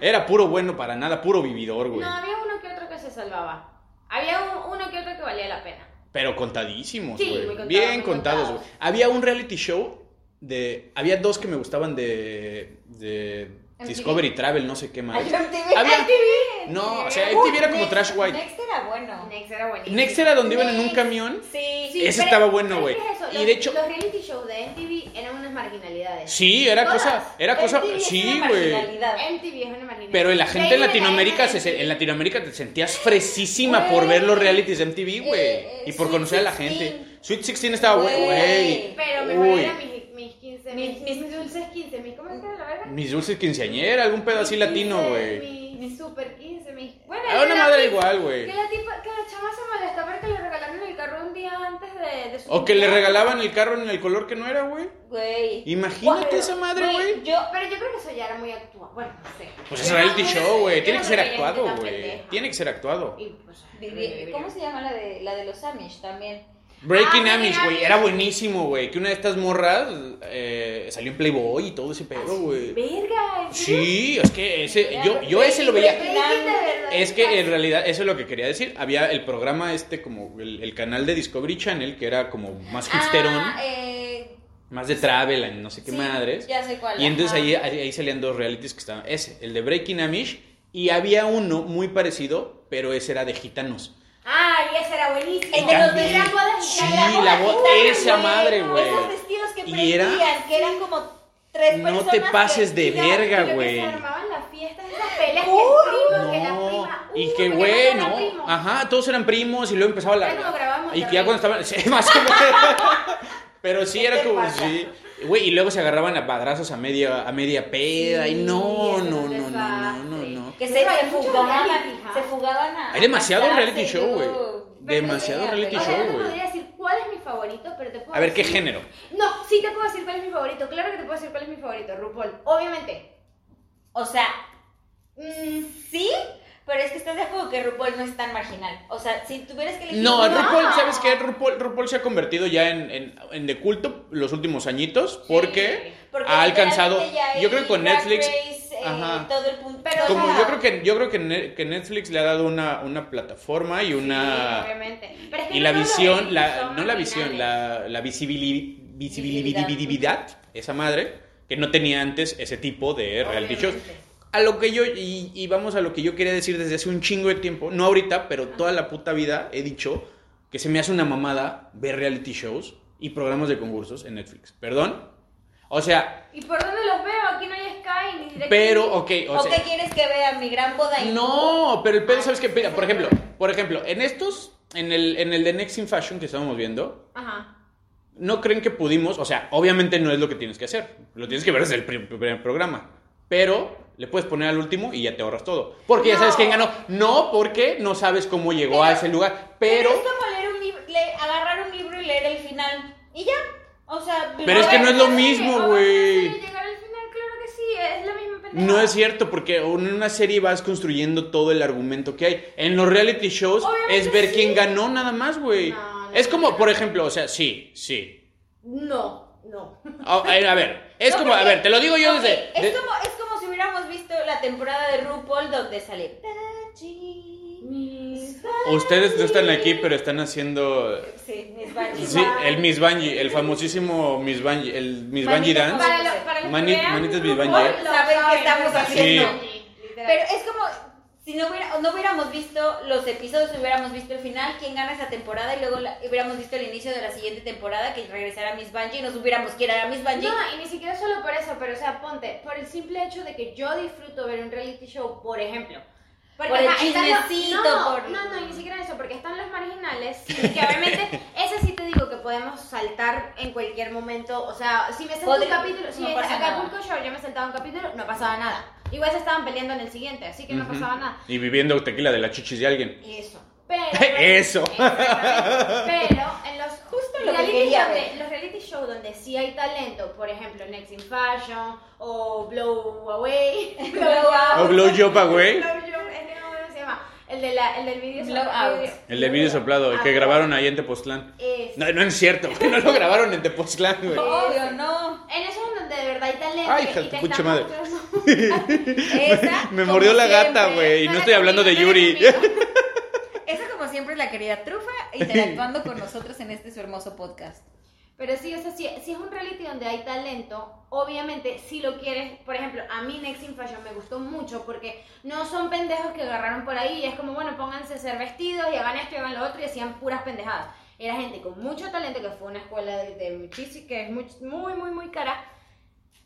S4: Era puro bueno para nada, puro vividor, güey.
S6: No, había uno que otro que se salvaba. Había un- uno que otro que valía la pena.
S4: Pero contadísimos,
S6: Sí,
S4: güey.
S6: muy contados,
S4: Bien
S6: muy
S4: contados, güey.
S6: contados.
S4: Había un reality show de. Había dos que me gustaban de. de
S5: MTV.
S4: Discovery Travel, no sé qué más.
S5: Ay, MTV,
S4: Había-
S5: MTV.
S4: No, o sea,
S5: Uy,
S4: MTV era como
S5: Next-
S4: Trash White.
S5: Next era bueno.
S6: Next era buenísimo.
S4: Next era donde iban en un
S6: Next.
S4: camión.
S5: Sí.
S6: Sí,
S4: Ese
S6: pero-
S4: estaba bueno,
S6: pero
S4: güey.
S6: es que es eso,
S4: Y
S6: los-
S4: de hecho-
S6: Los reality shows de MTV eran unas marginalidades.
S4: Sí, era
S6: Todas.
S4: cosa. Era cosa.
S5: MTV es
S4: Sí,
S5: una
S4: güey.
S5: marginalidad.
S6: MTV es una marginalidad.
S4: Pero la gente en
S6: De ahí me
S4: Latinoamérica,
S6: cae
S4: se- se- en
S6: MTV.
S4: Latinoamérica te sentías fresísima por ver los realities de MTV, güey.
S5: eh,
S4: y por
S5: Sweet
S4: conocer a la
S5: 16.
S4: gente. Sweet 16 estaba, güey, güey.
S6: Pero mejor
S4: Uy.
S6: eran mis, mis 15, mis,
S5: Mis-
S6: mis,
S5: mis-
S6: dulces 15, mis, ¿cómo es que era la verga?
S4: Mis dulces quinceañera, algún pedo así
S6: Mis
S4: latino,
S6: 15,
S4: güey.
S6: Mis super 15, mis... Bueno,
S4: A una
S6: era
S4: madre
S6: que-
S4: igual, güey.
S6: Que la, tipa, que la chama se molestó porque le regalaron el carro un día antes de, de su...
S4: O que le
S6: cumpleaños.
S4: regalaban el carro en el color que no era, güey.
S5: Güey.
S4: Imagínate
S5: Pero,
S4: esa madre, güey.
S5: Yo,
S6: Pero yo creo que eso ya era muy actuado. Bueno, no sé.
S4: Pues es
S6: Yo
S4: reality
S6: no-
S4: show, güey.
S6: yo
S4: Tiene
S6: no
S4: que ser
S6: creo haya gente
S4: actuado,
S6: tan
S4: güey.
S6: pendeja.
S4: Tiene que ser actuado.
S6: Y, pues,
S5: viví- ¿Cómo se llama la de, la de los Amish también?
S4: Breaking
S6: Ah,
S4: Amish, güey.
S6: Amish.
S4: Era buenísimo, güey. Que una de estas morras eh, salió en Playboy y todo ese pedo, güey.
S6: Verga, ¿en serio?
S4: Sí, es que ese,
S5: Era
S4: yo, yo ese lo
S5: Breaking-
S4: veía.
S5: Breaking-
S6: Breaking de verdad.
S4: Es que en realidad eso es lo que quería decir. Había el programa este, como el, el canal de Discovery Channel, que era como más hipsterón,
S5: Ah, eh,
S4: más de travel, and no sé qué
S5: sí,
S4: madres.
S5: Ya sé cuál.
S4: Y entonces
S5: ajá.
S4: ahí, ahí ahí salían dos realities que estaban. Ese, el de Breaking Amish. Y había uno muy parecido, pero ese era de gitanos.
S6: Ay, ese era buenísimo.
S4: El de
S6: Pero
S4: los
S6: de
S4: bailarines.
S6: la boda
S4: Sí,
S6: gitana,
S4: la
S6: boda
S4: boda-
S6: gitana,
S4: esa
S6: güey.
S4: madre, güey.
S5: Esos vestidos que
S4: Y era-
S5: prendían, que eran como
S6: Pues,
S5: tres
S4: No te
S5: personas. que-
S4: pases de
S5: y
S6: Y la-
S4: verga,
S6: y lo que
S4: güey.
S6: Se armaban las fiestas, esas peleas que el primo, que la
S4: No,
S6: prima.
S4: y
S6: uh,
S4: que
S6: la
S4: güey,
S6: mamá era
S4: no.
S6: primo.
S4: Ajá, todos eran primos y luego empezaba la.
S6: Era como grabar en
S4: y que ya cuando estaban. [laughs] sí, más como- Pero sí,
S5: ¿Qué
S6: Este
S4: era
S5: te
S4: como.
S5: pasa?
S4: Sí. Güey, y luego se agarraban a padrazos a media, a media peda. y
S6: Sí,
S4: no,
S6: eso es
S4: no,
S6: un
S4: no, no, no, no,
S6: desastre.
S4: no.
S5: Que se,
S6: Pero hay
S5: se
S6: mucho reality,
S5: fugaban,
S6: ajá.
S5: se fugaban a.
S4: Hay demasiado
S5: a casarse
S4: reality
S5: y
S4: show, güey.
S5: luego-
S4: Demasiado
S5: Pero-
S4: reality
S6: O sea,
S4: show,
S6: no te
S4: güey.
S6: podría decir cuál es mi favorito, pero te puedo
S4: A ver, ¿qué
S6: decir-
S4: género?
S6: No, sí te puedo decir cuál es mi favorito. Claro que te puedo decir cuál es mi favorito, RuPaul. Obviamente.
S5: O sea, mm, sí, pero es que estás de acuerdo que RuPaul no es tan marginal. O sea, si tuvieras que elegir.
S4: No,
S5: uno-
S4: RuPaul, ¿sabes qué? RuPaul, RuPaul se ha convertido ya en, en- en de culto los últimos añitos porque
S5: Porque
S4: ha alcanzado.
S5: literalmente ya hay
S4: Yo creo que con
S5: Drag
S4: Netflix.
S5: Race, eh,
S4: ajá.
S5: todo el punto.
S6: Pero,
S4: Como
S6: o sea,
S4: yo creo que yo creo que, Ne- que Netflix le ha dado una, una plataforma y
S6: Sí,
S4: una
S6: obviamente. Pero es que
S4: y la
S6: no todos los
S4: visión,
S6: reality
S4: la,
S6: son
S4: no la
S6: originales.
S4: visión, la, la visibili-
S5: Visibilidad.
S4: visibilidad, esa madre, que no tenía antes ese tipo de reality shows.
S6: Obviamente.
S4: A lo que yo, y, y vamos a lo que yo quería decir desde hace un chingo de tiempo, no ahorita, pero toda la puta vida he dicho que se me hace una mamada ver reality shows y programas de concursos en Netflix. ¿Perdón? O sea,
S6: ¿Y por dónde los veo? Aquí no hay Sky ni directo.
S4: pero, ok, o
S5: ¿O
S4: sea...
S5: qué quieres que vea? Mi gran boda. y-
S4: No, pero el pedo, ¿sabes qué? Mira, por ejemplo, por ejemplo, en estos, en el, en el de Next in Fashion que estábamos viendo,
S6: Ajá.
S4: ¿no creen que pudimos? O sea, obviamente no es lo que tienes que hacer. Lo tienes que ver desde el pri- primer programa. Pero le puedes poner al último y ya te ahorras todo. Porque ya sabes
S6: No.
S4: quién ganó. No porque no sabes cómo llegó a ese lugar. Pero,
S5: Es como leer un libro, le- agarrar un libro y leer el final. Y ya. O sea,
S4: Pero es que no es lo mismo,
S6: O sea,
S4: güey.
S6: Llegar al final, claro que sí, es la misma pendeja.
S4: no es cierto porque en una serie vas construyendo todo el argumento que hay. En los reality shows
S6: Obviamente
S4: es ver
S6: sí.
S4: quién ganó nada más, güey.
S6: No, no
S4: es
S6: es
S4: como,
S6: cierto.
S4: por ejemplo, o sea, sí, sí,
S6: No, no.
S4: Oh, eh, a ver, es
S5: No,
S4: como, a
S5: porque-
S4: ver, te lo digo yo
S5: Ok,
S4: desde.
S5: Es,
S4: de-
S5: como, es como si hubiéramos visto la temporada de RuPaul donde sale. Sí,
S6: Mis-
S4: Ustedes no están aquí, pero están haciendo.
S5: Miss Bungie.
S4: Sí, el Miss Bungie, el famosísimo Miss Bungie, el Miss Bungie
S5: Manita
S4: Dance.
S6: Para, lo- para los
S4: Mani-
S6: que vean
S4: manitas
S6: RuPaul,
S4: Vivanji,
S5: ¿eh?
S6: lo
S5: Saben qué
S6: saben,
S5: estamos
S6: lo
S4: haciendo.
S6: saben. Literal.
S5: Pero es como si no, hubiera, o no hubiéramos visto los episodios, hubiéramos visto el final, quién gana esa temporada y luego la- hubiéramos visto el inicio de la siguiente temporada que regresara Miss Bungie y nos hubiéramos quién era Miss Bungie.
S6: No, y ni siquiera solo por eso, pero o sea, ponte, por el simple hecho de que yo disfruto ver un reality show, por ejemplo. Porque,
S5: Por el
S6: ajá, están los-
S5: chismecito,
S6: no,
S5: por-
S6: [laughs] No, no, y ni siquiera eso, porque están los marginales, sí, que obviamente, ese sí te digo que podemos saltar en cualquier momento. O sea, si me salto un
S5: Podría-
S6: capítulo, si
S5: no
S6: en
S5: pasa nada.
S6: Acapulco Shore yo me saltaba un capítulo, no pasaba nada. Igual se estaban peleando en el siguiente, así que no
S4: Ujú.
S6: pasaba nada.
S4: Y viviendo tequila de la chichis de alguien.
S6: Eso. Pero,
S4: [laughs] Eso.
S6: Exactamente. [laughs] Pero en los justo
S5: Lo que
S6: reality
S5: quería
S6: donde-
S5: ver.
S6: los reality shows donde sí hay talento, por ejemplo, Next in Fashion o Blow
S5: [laughs]
S6: Away,
S5: Blow Out.
S4: O blow job away.
S6: Blow Job, es que no sé cómo se llama, el de la- el del video
S5: Blow
S6: soplado.
S5: Out.
S4: El de vídeo soplado,
S6: Ah.
S4: el que grabaron ahí en Tepoztlán.
S6: Es-
S4: No, no es cierto, que no lo grabaron en Tepoztlán, güey.
S5: Obvio, no.
S6: En eso es donde de verdad hay talento.
S4: Ay,
S6: y
S4: hija de
S6: te
S4: tu
S6: están
S4: pucha madre.
S6: mostrando-
S5: Esa,
S4: [laughs] Me
S5: como
S4: mordió la gata,
S5: siempre,
S4: güey. Y no
S6: era
S4: estoy hablando de
S6: conmigo, no era
S4: Yuri.
S6: conmigo.
S5: Esa como siempre es la querida Trufa interactuando con nosotros en este su hermoso podcast.
S6: Pero sí, o sea, si, si es un reality donde hay talento, obviamente si lo quieres, por ejemplo, a mí Next in Fashion me gustó mucho porque no son pendejos que agarraron por ahí y es como, bueno, pónganse a ser vestidos y hagan esto y hagan lo otro y hacían puras pendejadas. Era gente con mucho talento que fue una escuela de, de muchísimo, que es much- muy, muy, muy cara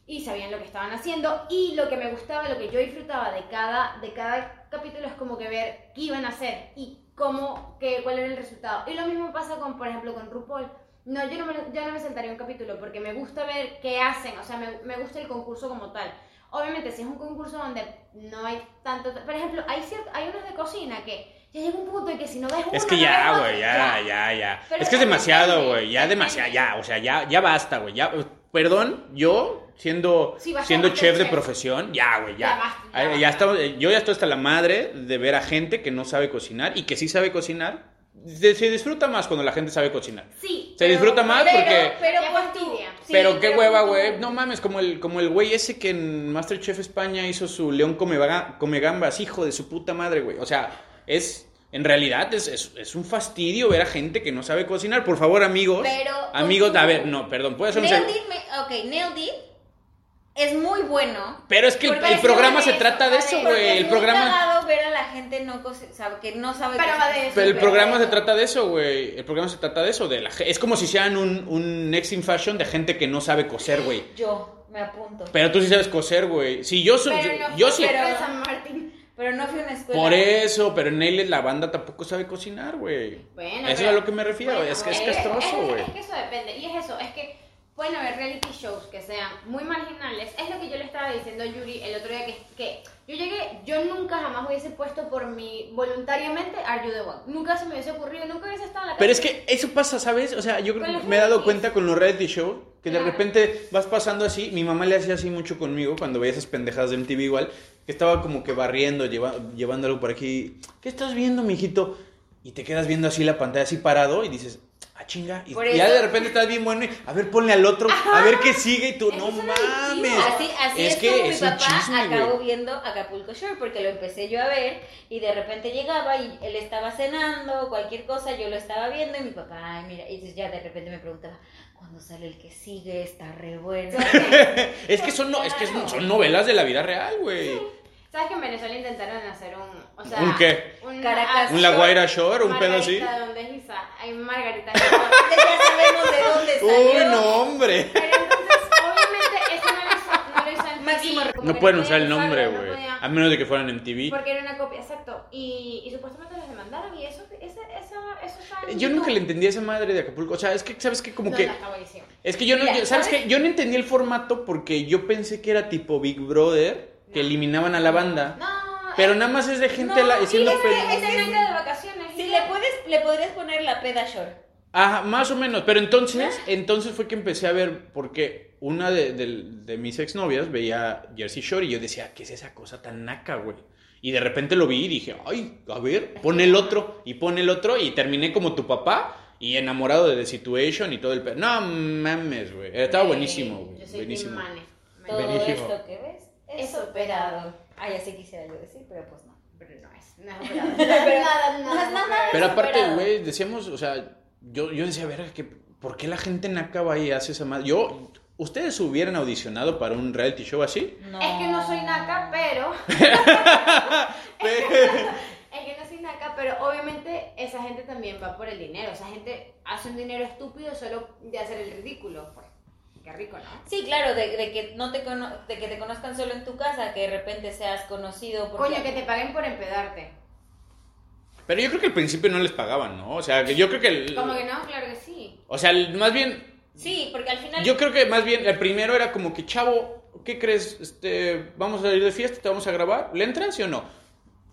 S6: y sabían lo que estaban haciendo y lo que me gustaba, lo que yo disfrutaba de cada, de cada capítulo es como que ver qué iban a hacer y cómo, qué, cuál era el resultado. Y lo mismo pasa con, por ejemplo, con RuPaul. No, yo no me, yo no me sentaría un capítulo porque me gusta ver qué hacen, o sea, me, me gusta el concurso como tal. Obviamente, si es un concurso donde no hay tanto... Por ejemplo, hay, ciert- hay unos de cocina que ya llega un punto en que si no ves uno...
S4: Es que
S6: no ves
S4: ya,
S6: otro,
S4: güey, ya, ya, ya.
S6: Pero
S4: es que es
S6: también
S4: demasiado,
S6: depende,
S4: güey, ya
S6: depende.
S4: demasiado, ya, o sea, ya, ya basta, güey, ya, perdón, yo siendo,
S6: Sí, basta,
S4: siendo
S6: basta,
S4: chef de
S6: chef.
S4: profesión, ya, güey, ya,
S6: Ya basta, ya
S4: Ah,
S6: basta.
S4: estamos- yo ya estoy hasta la madre de ver a gente que no sabe cocinar y que sí sabe cocinar, se se disfruta más cuando la gente sabe cocinar.
S6: Sí.
S4: Se disfruta más porque-
S5: pero
S6: Ya
S5: pon tú.
S6: fastidia.
S5: Sí,
S4: pero qué hueva,
S5: pon tú.
S4: güey. No mames, como el, como el güey ese que en Masterchef España hizo su León come, vaga- come gambas, hijo de su puta madre, güey. O sea, es. En realidad es, es, es un fastidio ver a gente que no sabe cocinar. Por favor, amigos.
S5: Pero, pues,
S4: amigos,
S5: tú-
S4: a ver, no, perdón, puede ser un
S5: Nailed
S4: ser-
S5: It me- ok, Nailed It es muy bueno.
S4: Pero es que el,
S5: Porque
S4: el
S5: es
S4: programa
S5: muy
S4: se
S5: de
S4: trata de
S5: eso,
S4: eso,
S5: porque
S4: güey.
S5: es
S4: El
S5: muy
S4: programa.
S5: cagado ver a la gente no cose- o sea, que no sabe
S6: Pero va de eso,
S4: Pero el
S6: pero-
S4: programa se trata de eso, güey. El programa se trata de eso. De la, ge- es como si sean un, un Next in Fashion de gente que no sabe coser, güey.
S5: Yo me apunto.
S4: Pero tú sí sabes coser, güey. Si yo soy.
S6: Pero no
S4: yo
S6: fue
S4: sí.
S6: siempre en San Martín.
S5: Pero no fui a una escuela.
S4: Por eso, pero en Nailed la banda tampoco sabe cocinar, güey.
S5: Pues,
S6: Bueno,
S4: eso
S6: pero-
S4: es a lo que me refiero,
S6: Bueno,
S4: es que es
S6: es que-
S4: castroso,
S6: es-
S4: güey.
S6: Es que eso depende. Y es eso, es que pueden haber reality shows que sean muy marginales. Es lo que yo le estaba diciendo a Yuri el otro día que, que yo llegué, yo nunca jamás hubiese puesto por mi voluntariamente Are You the One. Nunca se me hubiese ocurrido, nunca hubiese estado en la
S4: Pero es
S6: calle.
S4: que eso pasa, ¿sabes? O sea, yo creo
S5: Pues,
S6: Con
S4: que
S6: los
S4: me he dado
S6: realities.
S4: cuenta con los reality show que de
S6: Claro.
S4: repente vas pasando así. Mi mamá le hacía así mucho conmigo cuando veía esas pendejadas de MTV igual, que estaba como que barriendo, lleva- llevando algo por aquí. ¿Qué estás viendo, mijito? Y te quedas viendo así la pantalla, así parado, y dices, ah, chinga. Y
S5: Por
S4: ya
S5: eso-
S4: de repente estás bien bueno, y, a ver, ponle al otro, a ver qué sigue, y tú,
S6: Eso
S4: no
S6: es un
S4: mames.
S6: adictivo.
S5: Así, así
S4: es
S5: es,
S4: que
S5: como
S4: es
S5: mi
S4: un
S5: papá
S4: chisme,
S5: acabó
S4: güey.
S5: viendo Acapulco Shore porque lo empecé yo a ver y de repente llegaba y él estaba cenando, cualquier cosa, yo lo estaba viendo y mi papá, ay, mira, y entonces ya de repente me preguntaba, ¿cuándo sale el que sigue? Está re
S4: [laughs]
S5: bueno.
S4: Es que, son, no- es que son, son novelas de la vida real, güey.
S6: ¿Sabes que en Venezuela intentaron hacer un. O sea,
S4: ¿Un qué?
S6: Un,
S5: Caracas.
S4: Un La Guaira Shore, un pedo
S6: Margarita,
S4: así.
S6: ¿Dónde es Isa? Hay un Margarita
S4: [laughs]
S6: Shore.
S5: ya sabemos de dónde
S4: ¡Uy,
S5: salió.
S4: no, hombre!
S6: Pero entonces, obviamente, eso no lo hizo, no lo hizo MTV,
S5: Máximo
S6: como que
S4: No pueden
S6: podían
S4: usar el nombre,
S6: usarlo, no
S4: güey.
S6: podían,
S4: A menos de que fueran MTV.
S6: porque era una copia, exacto. Y, y supuestamente los demandaron y eso, ese, eso, eso está en
S4: Yo
S6: YouTube.
S4: nunca le entendí a esa madre de Acapulco. O sea, es que, ¿sabes qué? Como
S6: No,
S4: que.
S6: no, está buenísimo.
S4: Es que yo no.
S6: Mira,
S4: yo- ¿Sabes
S6: ¿sabes?
S4: qué? Yo no entendí el formato porque yo pensé que era tipo Big Brother, que
S6: No.
S4: eliminaban a la banda.
S6: No,
S4: Pero
S6: eh,
S4: nada más es de gente la,
S6: no,
S4: haciendo
S6: y ese-
S4: pel-
S6: ese no era de vacaciones.
S5: Si
S6: y
S5: le
S6: ya.
S5: puedes, le podrías poner la peda Shore.
S4: Ajá, más o menos. Pero entonces,
S6: Ah.
S4: entonces fue que empecé a ver porque una de, de- de mis exnovias veía Jersey Shore y yo decía, ¿qué es esa cosa tan naca, güey? Y de repente lo vi y dije, ay, a ver, pon el otro y pon el otro y terminé como tu papá y enamorado de The Situation y todo el... pe- No mames, güey. Estaba buenísimo,
S6: Yo
S4: güey.
S6: soy team
S4: buenísimo.
S6: Mane.
S5: Todo
S4: Buenísimo.
S5: esto que ves es
S6: Es
S5: operado. Ay, así quisiera yo decir, pero pues no.
S6: Pero no es, [laughs] no es operado. Nada,
S5: no es nada.
S6: operado.
S4: Pero aparte,
S5: Superado.
S4: güey, decíamos, o sea, yo, yo decía, verga, que, ¿por qué la gente naca va y hace esa madre? Yo, ¿ustedes hubieran audicionado para un reality show así?
S5: No.
S6: Es que no soy naca,
S4: [laughs]
S6: pero...
S4: Pero-
S6: Es que no soy naca, pero obviamente esa gente también va por el dinero. Esa gente hace un dinero estúpido solo de hacer el ridículo. pues. Qué rico, ¿no?
S5: Sí, claro, de, de que no te cono- de que te conozcan solo en tu casa, que de repente seas conocido porque
S6: Coño, que te paguen por empedarte.
S4: Pero yo creo que al principio no les pagaban, ¿no? O sea, que yo creo que... el-
S6: Como que no, claro que sí.
S4: O sea, el- más bien,
S5: Sí, porque al final.
S4: Yo creo que más bien el primero era como que, chavo, ¿qué crees? Este, vamos a salir de fiesta, te vamos a grabar, ¿le entras sí o no?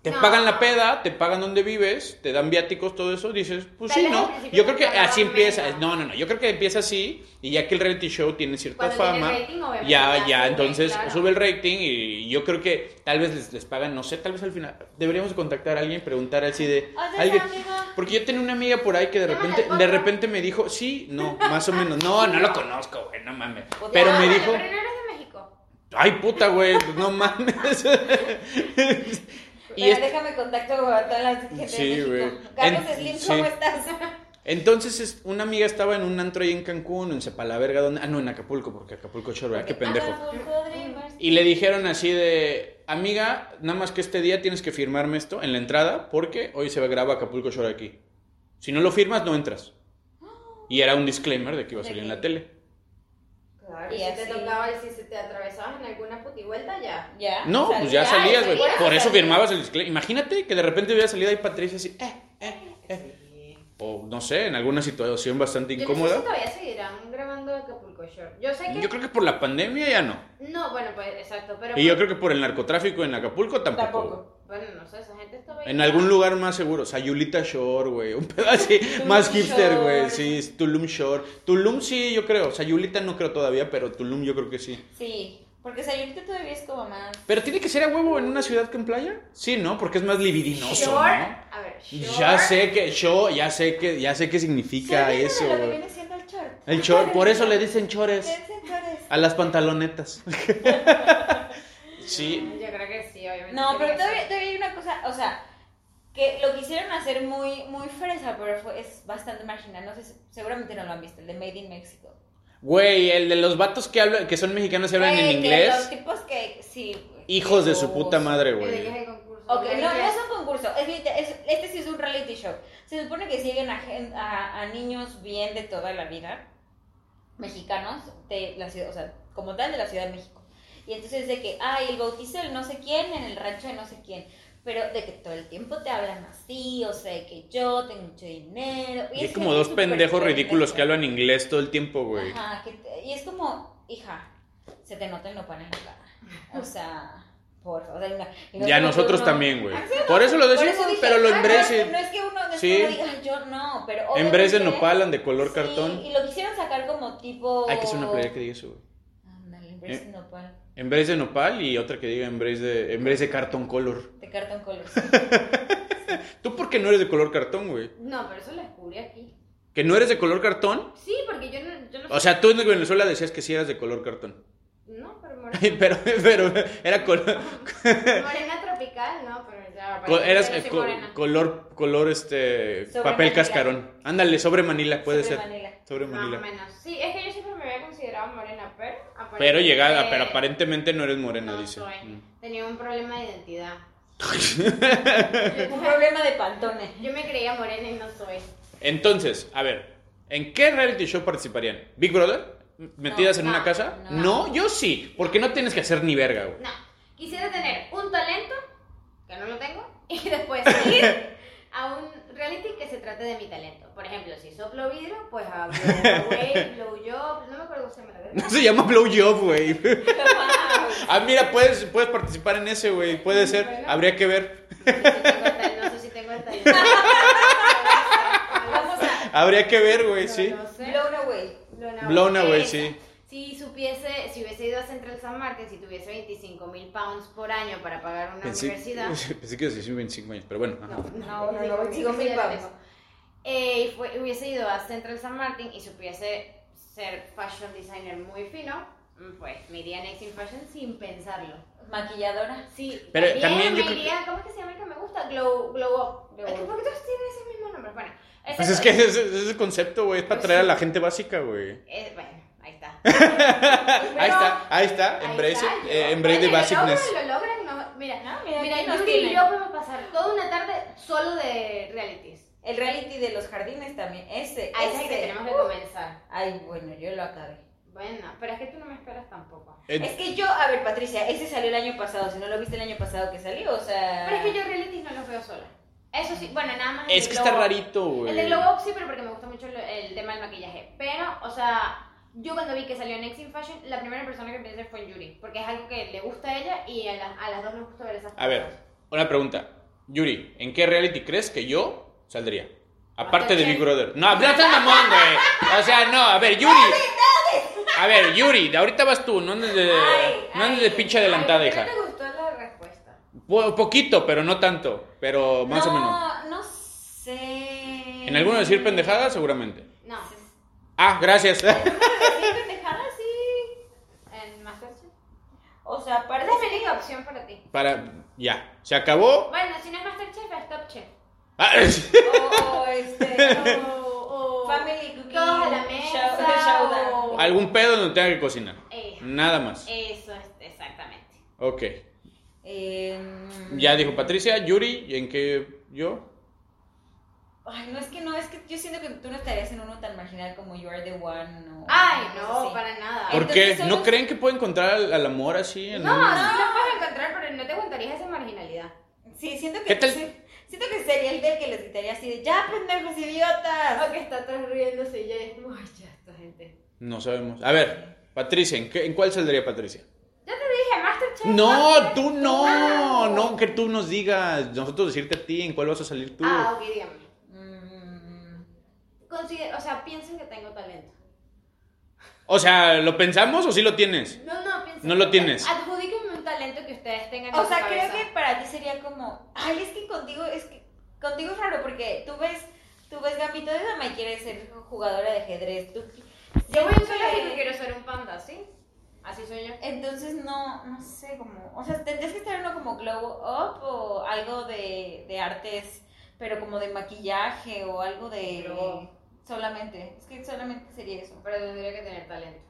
S4: Te
S6: No.
S4: pagan la peda, te pagan donde vives, te dan viáticos, todo eso, dices, pues
S6: Tal
S4: sí,
S6: vez al
S4: ¿no?
S6: principio
S4: Yo creo que
S6: te pagaban
S4: así empieza,
S6: menos.
S4: no, no, no, yo creo que empieza así y ya que el reality show tiene cierta
S6: Cuando tiene
S4: fama,
S6: rating, obviamente,
S4: ya,
S6: ya
S4: ya,
S6: sube,
S4: entonces
S6: claro.
S4: sube el rating y yo creo que tal vez les, les pagan, no sé, tal vez al final deberíamos contactar a alguien y preguntar así de...
S5: Oye,
S4: alguien-
S5: amigo.
S4: porque yo tenía una amiga por ahí que de
S6: Llámale
S4: repente,
S6: al
S4: de
S6: podcast.
S4: repente me dijo, sí, no, más o menos. No, no lo conozco, güey, Pues no mames. Pero
S5: Ya,
S4: me
S6: vale,
S4: dijo,
S6: Pero no eres de México.
S4: ay puta, güey, pues no mames. [laughs] y
S5: Espera,
S4: es-
S5: déjame contacto con toda la gente
S4: Sí,
S5: de México.
S4: güey.
S5: Carlos
S4: En-
S5: Slim,
S4: sí.
S5: ¿cómo estás?
S4: entonces es- una amiga estaba en un antro ahí en Cancún, en Sepalaverga, donde, ah, no, en Acapulco, porque Acapulco Shore, ¿verdad? Qué pendejo.
S5: Acapulco
S6: Mm.
S5: Dreamers.
S4: Y le dijeron así de, amiga, nada más que este día tienes que firmarme esto en la entrada porque hoy se graba Acapulco Shore aquí. Si no lo firmas, no entras. Y era un disclaimer de que iba a salir en la tele.
S6: Claro,
S5: Y
S6: y si te
S5: así.
S6: tocaba y si se te atravesabas en alguna putivuelta, ya.
S5: Ya.
S4: No,
S5: salí.
S4: pues ya
S5: Ay,
S4: salías, güey.
S5: salí.
S4: Por eso firmabas el disclaimer. Imagínate que de repente hubiera salido ahí Patricia así, eh, eh, eh. O no sé, en alguna situación bastante
S6: Yo no sé si
S4: incómoda.
S6: todavía seguirán grabando Acapulco Shore. Yo sé que...
S4: Yo creo que por la pandemia ya no.
S6: No, bueno, pues exacto, pero...
S4: Y yo creo que por el narcotráfico en Acapulco tampoco.
S5: Tampoco.
S6: Bueno, no sé, esa gente estaba...
S4: En algún lugar más seguro, Sayulita Shore, güey, un pedo así, más hipster, güey,
S5: Shore.
S4: sí, Tulum Shore. Tulum sí, yo creo, Sayulita no creo todavía, pero Tulum yo creo que sí.
S5: Sí, porque Sayulita todavía es como más.
S4: Pero tiene que ser a huevo en una ciudad que en playa? Sí, ¿no? Porque es más libidinoso,
S6: Shore,
S4: ¿no?
S6: a ver, Shore...
S4: Ya sé que yo, ya sé que, ya sé qué significa
S5: ¿Se olvidan de
S4: eso.
S5: Lo que
S4: güey.
S5: viene siendo el short.
S4: El chor, por eso le dicen chores
S5: Ustedes, señores.
S4: a las
S5: [laughs]
S4: pantalonetas. sí,
S6: Yo creo que sí, obviamente. tiene
S5: No, pero
S6: que ser.
S5: todavía, todavía hay una cosa, o sea, que lo quisieron hacer muy, muy fresa, pero fue, es bastante marginal. No sé, si- seguramente no lo han visto, el de Made in Mexico.
S4: güey, el de los vatos que hablan, que son mexicanos y hablan
S5: Güey,
S4: en
S5: que Los
S4: inglés.
S5: tipos que, sí. güey,
S4: Hijos de su
S5: tipos.
S4: puta madre,
S6: Que le
S4: güey.
S6: llegue el concurso.
S5: Ok, no, no
S6: Ya.
S5: es un concurso, es, liter- es- este sí es un reality show. Se supone que siguen a, gen- a- a niños bien de toda la vida, mexicanos, de la ciudad, o sea, como tal de la Ciudad de México. Y entonces de que, ay, el bautizo del no sé quién en el rancho de no sé quién. Pero de que todo el tiempo te hablan así, o sea, que yo tengo mucho dinero.
S4: Y hay
S5: es
S4: como
S5: gente
S4: dos
S5: súper
S4: pendejos ridículos
S5: pendeja.
S4: que hablan inglés todo el tiempo, güey.
S5: Ajá, que te- y es como, hija, se te nota el nopal en la cara. O sea, por favor. o sea, y no- y no
S4: Ya
S5: es como que
S4: nosotros
S5: uno-
S4: también, güey. Por eso lo
S5: Por
S4: decimos,
S5: eso dije,
S4: pero lo
S5: ah, no,
S4: embrecen.
S5: No es que uno después
S4: Sí.
S5: lo diga, "Ay, yo no, pero.
S4: En vez de
S5: obviamente-
S4: nopalan de color
S5: Sí,
S4: cartón.
S5: Y lo quisieron sacar como tipo.
S4: Hay que hacer una Eh. playera que diga eso, güey.
S5: Ándale, en vez de nopal,
S4: En vez de nopal y otra que diga en vez de, en vez de cartón color.
S5: de cartón color. [laughs]
S4: ¿Tú por qué no eres de color cartón, güey?
S6: No, pero eso lo descubrí aquí.
S4: ¿Que no eres de color cartón?
S6: Sí, porque yo no... Yo no
S4: O sea, tú en Venezuela decías que sí eras de color cartón. [laughs]
S6: No, pero morena,
S4: Pero, pero era color,
S6: morena tropical, no, pero ya...
S4: co- eras
S6: pero sí
S4: eh, co-
S6: morena.
S4: color, color este,
S5: Sobre
S4: papel
S5: Manila.
S4: cascarón. Ándale, sobre Manila puede
S5: Sobre
S4: ser.
S5: Manila.
S4: Sobre
S6: Más o
S4: Manila.
S6: menos. Sí, es que yo siempre me había considerado morena, pero...
S4: pero
S6: aparentemente-
S4: llegada, pero aparentemente no eres morena,
S6: eh. No
S4: dice.
S6: soy.
S4: Mm.
S6: Tenía un problema de identidad.
S5: Un problema de pantone.
S6: Yo me creía morena y no soy.
S4: Entonces, a ver, ¿en qué reality show participarían? Big Brother, metidas
S6: No,
S4: en
S6: no,
S4: una casa. No.
S6: no.
S4: yo sí, porque no tienes que hacer ni verga, güey.
S6: No, quisiera tener un talento, que no lo tengo, y [laughs] después ir a un reality que se trate de mi talento. Por ejemplo, si soplo vidrio, pues a Blowaway, Blowjob, no me acuerdo cómo se llama la verdad.
S4: No se llama
S6: [laughs]
S4: blowjob, güey. ah, mira, puedes, puedes participar en ese, güey. Puede ser.
S6: Bueno.
S4: Habría que ver.
S6: No sé si tengo el talento.
S5: Vamos a.
S4: Habría que ver, güey,
S6: No
S4: sí.
S6: lo sé.
S5: Blown away.
S4: Blown away,
S6: Esa.
S4: sí.
S6: Si supiese, si hubiese ido a Central San Martín, si tuviese 25 mil pounds por año para pagar una
S4: Pensé,
S6: universidad.
S4: [laughs] pensé que decía 25 años, pero bueno. ajá.
S5: No, no, no, 25 mil
S6: ya lo
S5: pounds.
S6: tengo. Eh, y fue- hubiese ido a Central San Martín y supiese ser fashion designer muy fino, mm, pues me iría a Next in Fashion sin pensarlo.
S5: Maquilladora.
S6: Sí,
S4: Pero
S6: también,
S4: también yo
S6: me
S4: creo que-
S6: iría, ¿cómo es que se llama el que me gusta? Glow, glow Up.
S5: Glow
S6: Es que
S5: Up.
S6: ¿Por qué todos tienen ese mismo nombre? Bueno, ese
S4: Pues es que ese, ese es el concepto, güey, es para
S6: Pues
S4: traer a
S6: sí.
S4: la gente básica, güey.
S6: Eh, bueno, ahí está.
S4: [laughs] Ahí está, ahí está,
S6: Ahí
S4: embrace,
S6: está,
S4: it, eh,
S6: yo.
S4: embrace
S6: Oye,
S4: the
S6: lo
S4: basicness.
S6: logran, lo logran, no, mira,
S5: Ah, mira,
S6: mira,
S5: aquí nos
S6: Yuri
S5: tienen.
S6: y yo podemos pasar toda una tarde solo de realities.
S5: El reality de los jardines también. Ese.
S6: Ahí es el Ah, que Uh.
S5: ese.
S6: tenemos que comenzar.
S5: Ay, bueno, yo lo acabé.
S6: Bueno, pero es que tú no me esperas tampoco.
S5: Es
S4: Eh,
S5: que yo, a ver, Patricia, ese salió el año pasado. Si no lo viste el año pasado que salió, o sea.
S6: Pero es que yo realities no los veo sola. Eso sí, bueno, nada más. el
S4: Es
S6: de
S4: que está
S6: Globo.
S4: rarito, güey.
S6: El de Glow Up sí, pero porque me gusta mucho el, el tema del maquillaje. Pero, o sea, yo cuando vi que salió Next in Fashion, la primera persona que pensé fue en Yuri. Porque es algo que le gusta a ella y a, la- a las dos nos gusta ver esas
S4: A ver, una pregunta. Yuri, ¿en qué reality crees que yo saldría? Aparte de
S6: Masterchef.
S4: Big Brother. No, no tan mamón, güey. O sea, no, a ver, Yuri. A ver, Yuri, de ahorita vas tú, no andes de, no andes de pinche adelantada,
S6: Ay, ¿por
S4: hija.
S6: qué no te gustó la respuesta?
S4: Po- poquito, pero no tanto. Pero más o menos.
S5: No, no
S6: eh.
S5: sé.
S4: En alguno decir pendejadas, seguramente.
S6: No. [laughs]
S4: Ah, gracias.
S5: Decir pendejadas, sí.
S6: En Masterchef.
S5: O sea,
S6: Esa
S5: aparte
S6: es mi única opción para ti.
S4: Para. Ya.
S6: [laughs]
S4: ¿Se acabó?
S6: Bueno, si no es Masterchef, es Top Chef.
S4: Ah,
S5: O
S6: [laughs]
S5: Oh, este.
S6: O, o-
S5: Family Cooking.
S6: Todos a la mesa. [laughs]
S5: show- showdown.
S6: o-
S4: algún pedo donde tenga que cocinar.
S6: Eh,
S4: Nada más.
S6: Eso es exactamente.
S4: Ok.
S5: Em,
S4: Ya dijo Patricia, Yuri, ¿y en qué yo?
S5: Ay, no es que no, es que yo siento que tú no estarías en uno tan marginal como You Are the One. o-
S6: Ay, no,
S5: sí.
S6: para nada.
S4: ¿Por
S5: Entonces,
S4: qué?
S5: solo-
S4: ¿No creen que puedo encontrar al, al amor así? en
S6: No,
S4: un-
S6: sí lo puedes encontrar, pero no te aguantarías esa marginalidad.
S5: Sí, siento que.
S4: ¿Qué tal?
S5: sí, siento que sería el del que les gritaría así de ¡Ya, pendejos idiotas!
S6: Aunque está todos riéndose y ya es muy ya esta gente.
S4: No sabemos. A ver, Patricia, ¿en, qué- en cuál saldría Patricia?
S6: Ya te dije, Masterchef.
S4: No,
S6: Masterchef.
S4: tú
S6: Ah.
S4: no, no, que tú nos digas, nosotros decirte a ti en cuál vas a salir tú.
S6: Ah, ok, dígame.
S5: Mm,
S6: Consider- o sea, piensen que tengo talento.
S4: O sea, ¿lo pensamos o sí lo tienes?
S6: No, no, piensen.
S4: No lo
S6: que-
S4: tienes.
S6: Adjudíquenme un talento que ustedes tengan. en
S5: O
S6: su
S5: sea, creo
S6: cabeza.
S5: que para ti sería como. Ay, es que contigo es que. Contigo es raro porque tú ves. Tú ves Gambito de Dama y quieres ser jugadora de ajedrez. Tú,
S6: Yo voy a Eh. un
S5: Siento
S6: colegio
S5: que-
S6: que quiero ser un panda, ¿sí? Así soy yo.
S5: Entonces no, no sé como, o sea, tendrías que estar uno como glow up o algo de, de artes, pero como de maquillaje o algo de
S6: Glow up.
S5: solamente, es que solamente sería eso.
S6: Pero tendría que tener talento.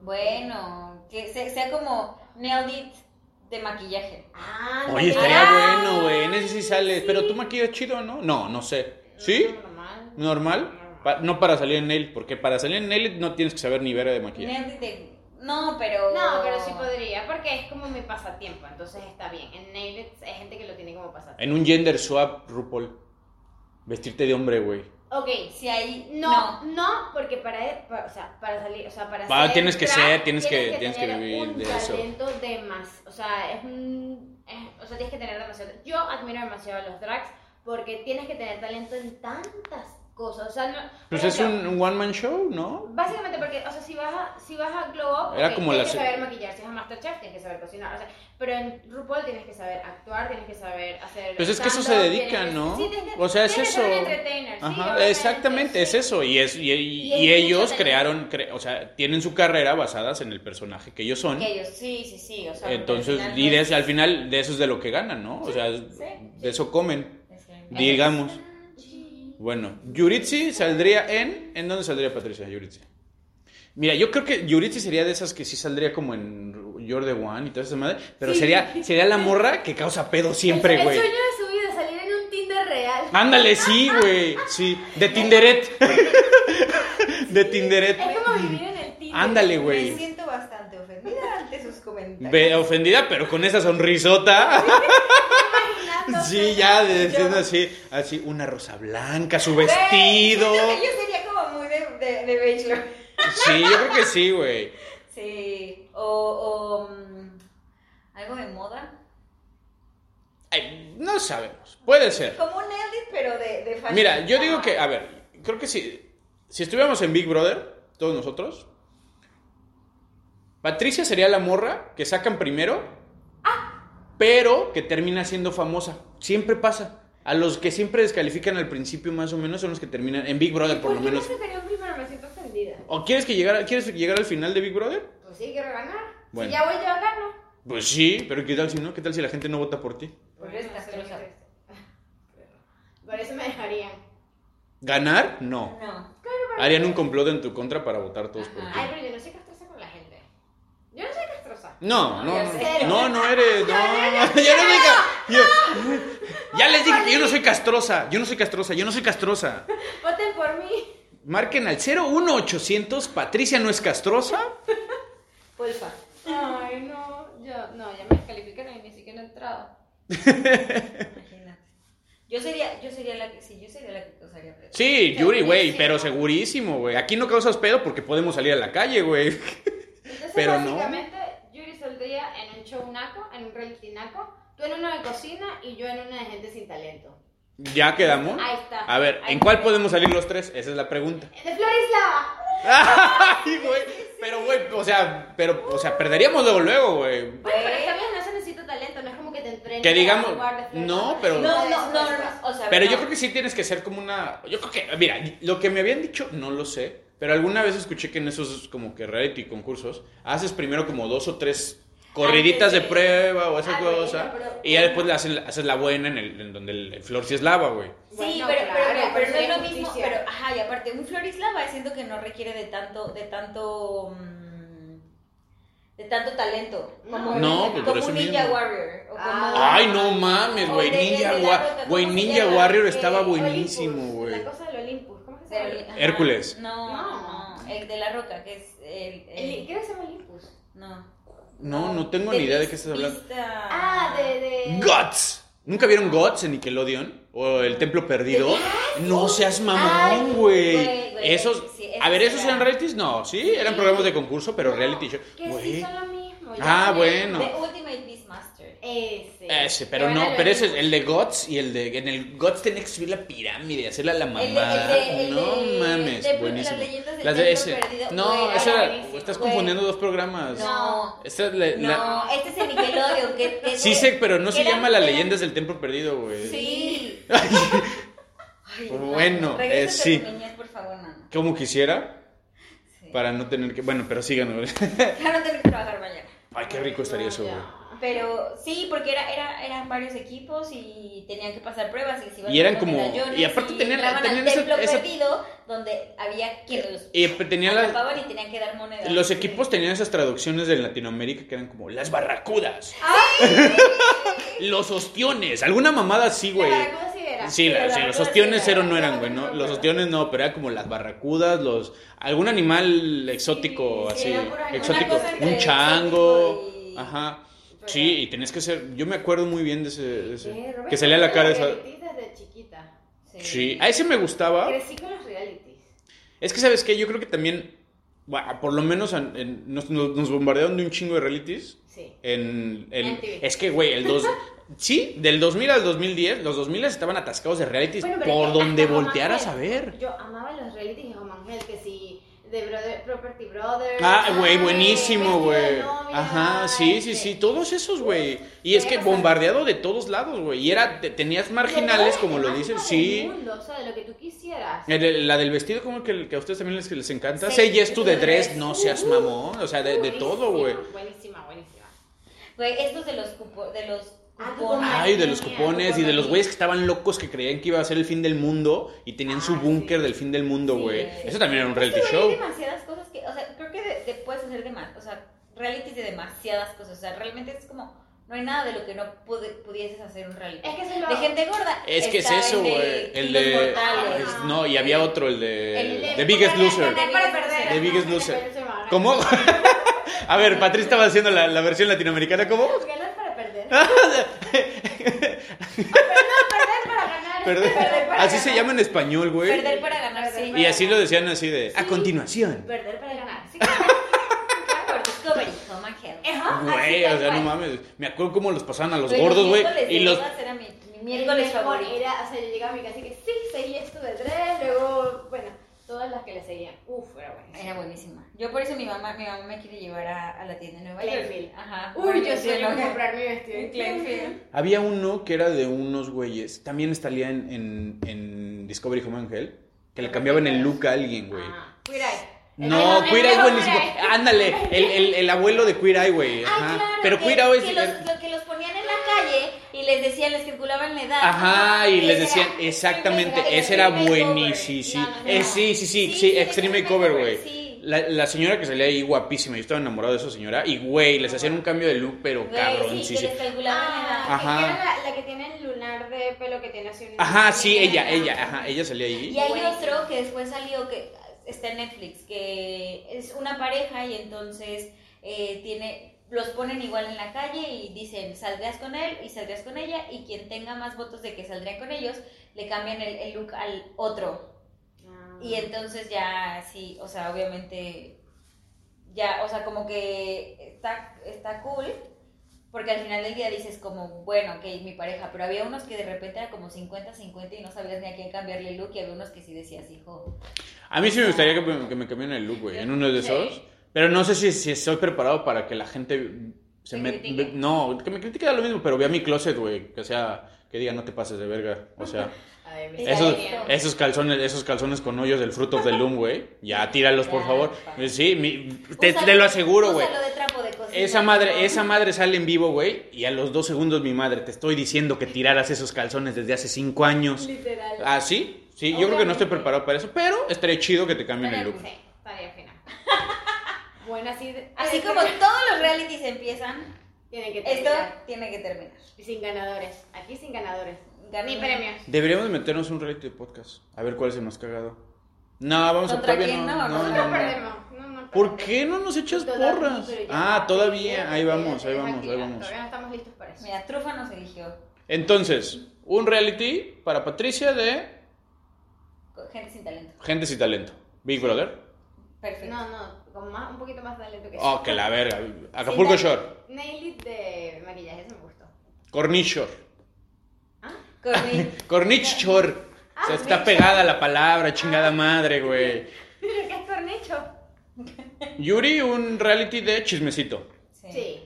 S5: Bueno, que se- sea como nailed it de maquillaje.
S6: Ah,
S4: Oye, estaría bueno, güey, en ese sí sales, pero tú maquillas chido, ¿no? No, no sé. ¿Sí?
S6: Normal.
S4: ¿Normal? Pa- no para salir en él, porque para salir en él no tienes que saber ni ver de maquillaje.
S5: Nailed it de, no, pero
S4: Oh.
S6: No, pero sí podría, porque es como mi pasatiempo, entonces está bien. En Nailed hay gente que lo tiene como pasatiempo.
S4: En un gender swap, RuPaul, vestirte de hombre, güey.
S6: Ok,
S5: Si ahí
S6: no, no, porque para, para- o sea, para salir, o sea, para
S4: Va,
S6: ser
S4: tienes que
S6: drag,
S4: ser, tienes que- tienes que
S6: tener
S4: vivir
S6: un
S4: de eso.
S6: talento de más, o sea, es un, es- o sea, tienes que tener demasiado. Yo admiro demasiado a los drags porque tienes que tener talento en tantas cosas, o sea, no, por
S4: Pues es
S6: ejemplo,
S4: un, un one-man show, ¿no?
S6: Básicamente porque, o sea, si vas a, si vas a Glow Up,
S4: Era
S6: ok,
S4: como
S6: tienes
S4: la
S6: que
S4: se-
S6: saber maquillar, si vas a Masterchef tienes que saber cocinar, o sea, pero en RuPaul tienes que saber actuar, tienes que saber hacer...
S4: Pues es que eso se
S6: stand-up,
S4: dedica,
S6: tienes que-
S4: ¿no?
S6: Sí, tienes que-
S4: O sea, es
S6: tienes que ser
S4: eso.
S6: un entertainer, sí,
S4: Ajá,
S6: obviamente,
S4: exactamente, es
S6: sí.
S4: eso. Y, es, y, y-
S6: Y es
S4: y ellos
S6: mucho talento.
S4: crearon, cre- o sea, tienen su carrera basadas en el personaje que ellos son.
S5: que ellos sí, sí, sí, o sea,
S4: Entonces,
S5: porque al
S4: y
S5: final
S4: de
S5: no
S4: eso- al final de eso es de lo que ganan, ¿no? O sea, de eso comen,
S5: es-
S4: digamos. Bueno, Yuritsi saldría en... ¿En dónde saldría Patricia Yuritsi? Mira, yo creo que Yuritsi sería de esas que sí saldría como en You're the One y toda esa madre, pero sería, sería la morra que causa pedo siempre,
S6: el,
S4: güey.
S6: El sueño de su vida, salir en un Tinder real.
S4: Ándale, sí, güey. Sí, de Tinderet. De Tinderet.
S6: Es como vivir en el Tinder.
S4: Ándale,
S5: Me
S4: güey.
S5: siento bastante ofendida ante sus comentarios.
S4: Ve ofendida, pero con esa sonrisota.
S6: Imaginando-
S4: Sí, ya, de- diciendo así, así, una rosa blanca, su vestido.
S5: Güey, siento que yo sería como muy de, de, de Bachelor. [laughs]
S4: Sí, yo creo que sí, güey.
S5: Sí, o, o mm, algo de moda.
S4: Ay, No sabemos, puede ser.
S5: Como un edit, pero de, de fashion. Ah,
S4: Mira, yo digo que, a ver, creo que si, si estuviéramos en Big Brother, todos nosotros, Patricia sería la morra que sacan primero, pero que termina siendo famosa. Siempre pasa. A los que siempre descalifican al principio, más o menos, son los que terminan en Big Brother,
S6: ¿Por
S4: por lo
S6: qué no
S4: menos.
S6: sacaría un primero? Me siento ofendida.
S4: ¿O quieres que llegar, quieres llegar al final de Big Brother?
S6: Pues sí, quiero ganar.
S4: Bueno.
S6: Si ya voy yo a ganar.
S4: Pues sí, pero ¿qué tal si no? ¿Qué tal si la gente no vota por ti?
S5: Por eso estás
S6: soy
S5: celosa.
S6: triste. [laughs] Por eso me dejarían.
S4: ¿Ganar? No.
S5: No.
S4: Harían un complot en tu contra para votar todos por ti.
S6: Ay, pero yo no soy castrosa con la gente. Yo no soy castrosa.
S4: No, no,
S5: Yo sé.
S4: no, no, no eres, no, no, [laughs] yo no soy ca- yo- ya les dije que yo no soy castrosa, yo no soy castrosa, yo no soy castrosa.
S6: Voten por mí.
S4: Marquen al 01800, Patricia no es castrosa.
S5: Pulpa.
S6: Ay, no. Yo, no, ya me descalificaron y ni siquiera he entrado.
S5: Imagínate. Yo sería, yo sería la que, sí, yo sería la que causaría pedo.
S4: Sí, Yuri, güey,
S5: Segurísimo.
S4: pero segurísimo, güey. Aquí no causas pedo porque podemos salir a la calle, güey.
S6: Entonces,
S4: Pero no.
S6: básicamente, Yuri saldría en un show naco, en un reality naco, tú en uno de cocina y yo en una de gente sin talento.
S4: Ya quedamos.
S6: Ahí está.
S4: A ver,
S6: Ahí
S4: ¿en cuál
S6: está.
S4: podemos salir los tres? Esa es la pregunta.
S6: ¡De Florislava!
S4: Ay, güey. Pero, güey, o sea, pero, o sea, perderíamos luego, luego, güey.
S6: Bueno, pero esta vez no se necesita talento, no es como que te entrenes.
S4: Que
S6: para
S4: digamos-
S6: jugar de Florislava.
S4: no, pero-
S5: No, no, no, no,
S6: pues,
S5: no, o sea,
S4: Pero
S5: no.
S4: yo creo que sí tienes que ser como una. Yo creo que, mira, lo que me habían dicho, no lo sé. Pero alguna vez escuché que en esos como que reality concursos haces primero como dos o tres corriditas de
S5: de-
S4: prueba o esa
S6: Ah, bueno,
S4: cosa.
S6: pero-
S4: y ya después le hacen- haces la buena en, el, en donde el, el flor sí es lava, güey.
S5: Sí,
S6: Bueno,
S5: pero,
S6: claro,
S5: pero, pero,
S6: pero
S5: no es
S6: sería
S5: lo mismo.
S6: injusticia.
S5: Pero, ajá, y aparte, un Florislava siento que no requiere de tanto, de tanto, mm, de tanto talento. Como,
S4: No,
S5: un-
S4: pues por
S5: como
S4: eso
S5: un Ninja
S4: mismo.
S5: Warrior. O como,
S6: Ah.
S4: Ay, no mames,
S5: O
S4: güey.
S5: de-
S4: Ninja,
S5: de la
S4: Wa-
S5: roca,
S4: güey,
S5: ¿cómo se
S4: Ninja
S5: llama?
S4: Warrior estaba
S6: Eh,
S4: buenísimo,
S6: Olympus,
S4: güey.
S6: La cosa del Olympus, ¿cómo que se
S5: del-
S6: llama?
S5: ajá.
S4: Hércules.
S5: No,
S6: No.
S5: no, el de la roca, que es el. el-
S4: Eh.
S6: El- Creo que se llama Olympus.
S5: no.
S4: No, no tengo ni idea de qué estás hablando.
S5: Pista-
S6: Ah, de. de...
S4: Guts. ¿Nunca vieron Guts en Nickelodeon? ¿O El Templo Perdido? No seas mamón,
S5: Ay,
S4: güey.
S5: güey, güey,
S4: Esos.
S5: sí, esos
S4: A ver, ¿esos
S5: eran-
S4: eran realities? No, sí, eran programas de concurso, pero
S6: No,
S4: reality show.
S6: Que sí
S4: Güey.
S6: son lo mismo.
S4: Ah,
S6: ya.
S4: bueno.
S5: The Ultimate Beastmaster.
S6: Ese.
S4: Ese, pero
S6: Que van
S4: no,
S6: al
S4: pero ese es
S6: Olympus.
S4: el de Guts y el de. En el Guts tenía que subir la pirámide y hacerla la
S5: El de-
S4: mamada.
S5: el de-
S4: no
S5: el de-
S4: mames,
S5: de-
S4: buenísimo.
S5: las leyendas del
S4: Las de
S5: templo
S4: ese.
S5: perdido,
S4: No,
S5: güey,
S4: esa
S5: era
S4: era-
S6: buenísimo.
S4: Estás
S5: Güey.
S4: confundiendo dos programas.
S5: No.
S4: Esta es la-
S5: No,
S4: la-
S5: este es el Nickelodeon. Que, que-
S4: Sí sé, pero no
S5: que
S4: se
S5: era-
S4: llama Las
S5: era-
S4: leyendas del templo perdido, güey. [laughs]
S5: Sí. Ay, no.
S4: Bueno, eh,
S5: Regrésate a
S4: sí.
S5: tu niñez, por favor, nana.
S4: Como quisiera,
S5: Sí.
S4: para no tener que. Bueno, pero sigan, güey.
S5: Ya no tener que trabajar mañana.
S4: [laughs] Ay, qué rico estaría eso, güey.
S5: Pero sí, porque era, era, eran varios equipos y tenían que pasar pruebas y les iban
S4: Y eran
S5: dando
S4: como-
S5: medallones
S4: y aparte tenían-
S5: entraban al
S4: tenían ese-
S5: templo
S4: ese-
S5: perdido donde había quienes los
S4: Y tenían las-
S5: atrapaban y tenían que dar monedas.
S4: Eh, Los equipos tenían esas traducciones de Latinoamérica que eran como las barracudas, [laughs] los ostiones, alguna mamada así, güey.
S6: La barracuda sí era.
S4: Sí, la-
S6: Pero
S4: sí,
S6: la
S4: los
S6: barracuda
S4: ostiones
S6: sí era.
S4: cero no eran, güey, ¿no? Los ostiones no, pero era como las barracudas, los algún animal exótico,
S6: Sí, sí,
S4: así,
S6: era puro animal.
S4: exótico,
S5: Una cosa entre
S4: un chango,
S5: exótico y-
S4: ajá.
S6: Pero-
S4: Sí, y tenías que ser, yo me acuerdo muy bien de ese, de ese-
S6: pues Sí, Roberto,
S4: que salía la
S6: yo
S4: cara de
S6: veía
S4: esa,
S6: realities desde chiquita.
S4: sí,
S6: Eh,
S4: a ese me gustaba.
S6: Crecí con los realities.
S4: Es que, ¿sabes qué? Yo creo que también, bueno, por lo menos en- en- nos, nos- nos bombardearon de un chingo de realities.
S6: Sí.
S4: En, en-
S6: MTV.
S4: es que, güey, el
S6: [laughs]
S4: dos sí, del 2000 al 2010, los 2000 estaban atascados de realities
S6: Bueno, pero
S4: por
S6: es que
S4: donde
S6: hasta Home
S4: voltearas a
S6: and
S4: ver.
S6: Health. Yo amaba los realities de Home and Health, que si The Brother, Property Brothers.
S4: Ah, güey,
S6: ay,
S4: buenísimo,
S6: Vestido de
S4: güey.
S6: novia,
S4: Ajá, sí, sí,
S6: este.
S4: sí, todos esos, güey. Y es que
S6: Pero, o sea,
S4: bombardeado de todos lados, güey. Y era, te- tenías
S6: De
S4: marginales,
S6: todas
S4: como lo
S6: las
S4: dicen,
S6: temáticas
S4: sí.
S6: del mundo, o sea, de lo que tú quisieras.
S4: El- el- Eh, la del vestido, como que, que a ustedes también les, les encanta.
S5: Say
S4: Say yes to the
S5: yes to the
S4: dress,
S5: dress.
S4: no seas mamón. O sea, de, de todo, güey.
S6: Buenísima, Buenísima, buenísima.
S5: Güey, estos de los cupo- de los
S6: Ah,
S5: cupones.
S4: Ay, de los
S6: Mía,
S4: cupones y de los
S6: cupones.
S4: güeyes que estaban locos que creían que iba a ser el fin del mundo y tenían su
S6: Ah,
S4: búnker
S6: sí.
S4: del fin del mundo,
S5: Sí,
S4: güey.
S5: eh.
S4: Eso también era un
S5: Es que,
S4: reality
S5: güey,
S4: show.
S5: Hay demasiadas cosas que, o sea, creo que de- de- puedes hacer de más, o sea, realities de demasiadas cosas, o sea, realmente es como no hay nada de lo que no pude- pudieses hacer un reality.
S6: Es que se lo...
S5: de gente gorda.
S4: Es que es
S5: está
S4: eso,
S5: el de
S4: güey. El
S5: kilos
S4: de.
S5: mortales.
S4: Ay, no, y había otro, el de.
S5: El
S4: The Biggest Loser.
S5: ganar.
S4: The Biggest Loser. ¿Cómo? [laughs] A ver, Patricia estaba haciendo la, la versión latinoamericana, ¿cómo?
S6: Ganar para perder.
S4: [laughs]
S6: Ah, perder para ganar.
S4: Perdón.
S6: Perder
S4: [laughs]
S6: para
S4: Así
S6: ganar.
S4: se llama en español, güey.
S5: Perder para ganar, sí.
S4: Y así lo decían así de. A continuación.
S6: Perder para ganar. Sí.
S5: Por Discovery, Home and Health.
S6: Ajá, así
S4: Güey,
S6: tal
S4: o sea, no
S6: cual.
S4: mames. Me acuerdo cómo los pasaban a los
S5: Pero
S4: gordos, güey.
S5: miércoles de
S4: Y los.
S5: bodas era mi, mi
S6: El
S5: miércoles
S6: mejor
S5: favorito.
S6: Era, o sea, yo llegaba a mi casa y que sí, seguí esto de tres, luego, bueno, todas las que le seguían. Uf, era buenísimo.
S5: Era buenísima. Yo por eso mi mamá, mi mamá me quiere llevar a, a la tienda de Nueva York.
S6: Playfield.
S5: Ajá.
S6: Uy, yo sueño con
S5: que
S6: comprar mi vestido en
S5: En
S6: Clayfield.
S5: Clayfield.
S4: Había uno que era de unos güeyes, también estaría en, en- en Discovery Home Angel, que le cambiaban el look a alguien, güey.
S6: Ah, Queer Eye.
S4: No,
S6: El-
S4: Queer Eye
S6: el-
S4: es buenísimo.
S6: Queer Eye.
S5: [laughs]
S4: Ándale, el, el- el abuelo de Queer Eye, güey.
S5: Ah,
S4: Ajá.
S5: claro,
S4: Pero
S5: que-
S4: Queer Eye es.
S5: que los, lo que los ponían en la calle y les decían, les calculaban la edad.
S4: Ajá, y les
S5: Ese
S4: decían
S5: era-
S4: exactamente,
S5: Extreme
S4: ese era
S5: Makeover.
S4: buenísimo, sí,
S5: No, no, no.
S4: Eh, sí, sí, sí, sí,
S5: Sí, sí,
S4: Extreme
S5: Extreme
S4: Makeover,
S5: Makeover,
S4: güey.
S5: sí.
S4: La, la señora que salía ahí guapísima, yo estaba enamorado de esa señora, y güey, les hacían un cambio de look, pero
S5: Güey,
S4: cabrón,
S5: sí,
S4: sí,
S5: que
S4: sí.
S5: les calculaban
S6: Ah,
S5: la edad.
S4: Ajá.
S6: que era la, la que tiene el lunar de pelo que tiene así un...
S4: Ajá, sí, ella, ella, ajá, ella salía ahí.
S5: Y hay
S6: Buenísimo.
S5: otro que después salió que está en Netflix, que es una pareja y entonces eh, tiene los ponen igual en la calle y dicen saldrás con él y saldrás con ella y quien tenga más votos de que saldría con ellos le cambian el, el look al otro y entonces ya sí o sea obviamente ya o sea como que está está cool porque al final del día dices como, bueno, ok, mi pareja, pero había unos que de repente era como 50-50 y no sabías ni a quién cambiarle el look y había unos que sí decías, hijo,
S4: A mí sí me gustaría que, me- que me cambien el look, güey, en uno de
S5: Sí.
S4: esos. Pero no sé si, si estoy preparado para que la gente se
S5: ¿Te
S4: me...
S5: critique?
S4: No, que me critique da lo mismo, pero vea mi closet, güey. Que sea, que diga, no te pases de verga. O
S5: [laughs]
S4: sea,
S2: Ay, me
S5: Está
S4: esos,
S5: bien.
S4: esos calzones esos calzones con hoyos del Fruit of the Loom, güey. Ya, tíralos, por
S5: Ya,
S4: favor.
S5: pa.
S4: Sí, mi- te,
S5: úsalo-
S4: te lo aseguro, güey.
S5: úsalo de trapo de cocina,
S4: Esa
S5: ¿no?
S4: madre, esa madre sale en vivo, güey, y a los dos segundos mi madre, te estoy diciendo que tiraras esos calzones desde hace cinco años.
S6: Literal.
S4: Ah, sí, sí, yo creo que no estoy preparado para eso, pero estaría chido que te cambien el look.
S6: Sí, tarea final. [laughs] bueno, así, de-
S4: [laughs]
S5: Así como todos los realities empiezan,
S6: Tienen que
S5: esto
S6: terminar.
S5: tiene que terminar.
S6: Y Sin ganadores. Aquí sin ganadores.
S5: Gané.
S6: Ni premios.
S4: Deberíamos meternos un reality de podcast, a ver cuál es el más cagado. No, vamos a
S5: ¿Contra
S4: todavía
S5: quién?
S4: no,
S5: No,
S4: no,
S5: no,
S4: no, no.
S6: perdemos. No, no
S4: ¿Por
S6: perdemos.
S4: qué no nos echas
S6: Todavía,
S4: porras?
S6: pero ya.
S4: Ah, todavía, ahí vamos, ahí
S6: Es
S4: vamos,
S6: aquí,
S4: ahí
S6: ya,
S4: vamos.
S6: Todavía no estamos listos para eso.
S5: Mira, Trufa nos eligió.
S4: Entonces, un reality para Patricia de
S5: Gente sin talento.
S4: Gente sin talento. Big Brother.
S5: Perfecto.
S6: No, no, con más, un poquito más de talento que eso.
S4: Oh, que la verga. Acapulco
S6: Sin
S4: Shore.
S6: talento. Nail it de maquillaje, eso me gustó.
S4: Cornish Shore. [laughs]
S5: Corny.
S4: Cornish Shore.
S5: Ah,
S4: O sea, está pegada la palabra, chingada madre, güey.
S6: Mira que es cornicho.
S4: Yuri, un reality de chismecito.
S5: Sí. sí.
S6: Sí.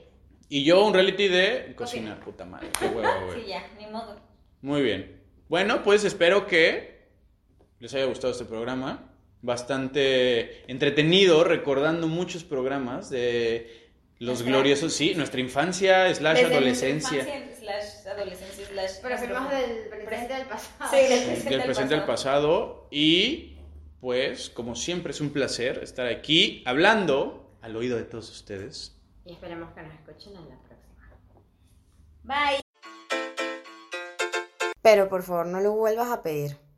S4: Y yo, un reality de cocina. Puta madre, qué
S5: [laughs]
S4: huevo, güey.
S5: ya, ni modo.
S4: Muy bien. Bueno, pues espero que les haya gustado este programa. Bastante entretenido, recordando muchos programas de los
S5: Nuestra-
S4: gloriosos, sí, nuestra infancia, slash
S5: Desde
S4: adolescencia.
S5: nuestra infancia, Slash adolescencia, slash.
S6: Pero fuimos
S5: nuestro-
S6: del presente al pasado.
S5: Sí, del
S4: Sí,
S5: presente,
S4: del
S5: al
S4: presente al
S5: pasado.
S4: pasado. Y pues, como siempre, es un placer estar aquí hablando al oído de todos ustedes.
S6: Y esperemos que nos escuchen en la próxima.
S5: Bye.
S7: Pero por favor no lo vuelvas a pedir.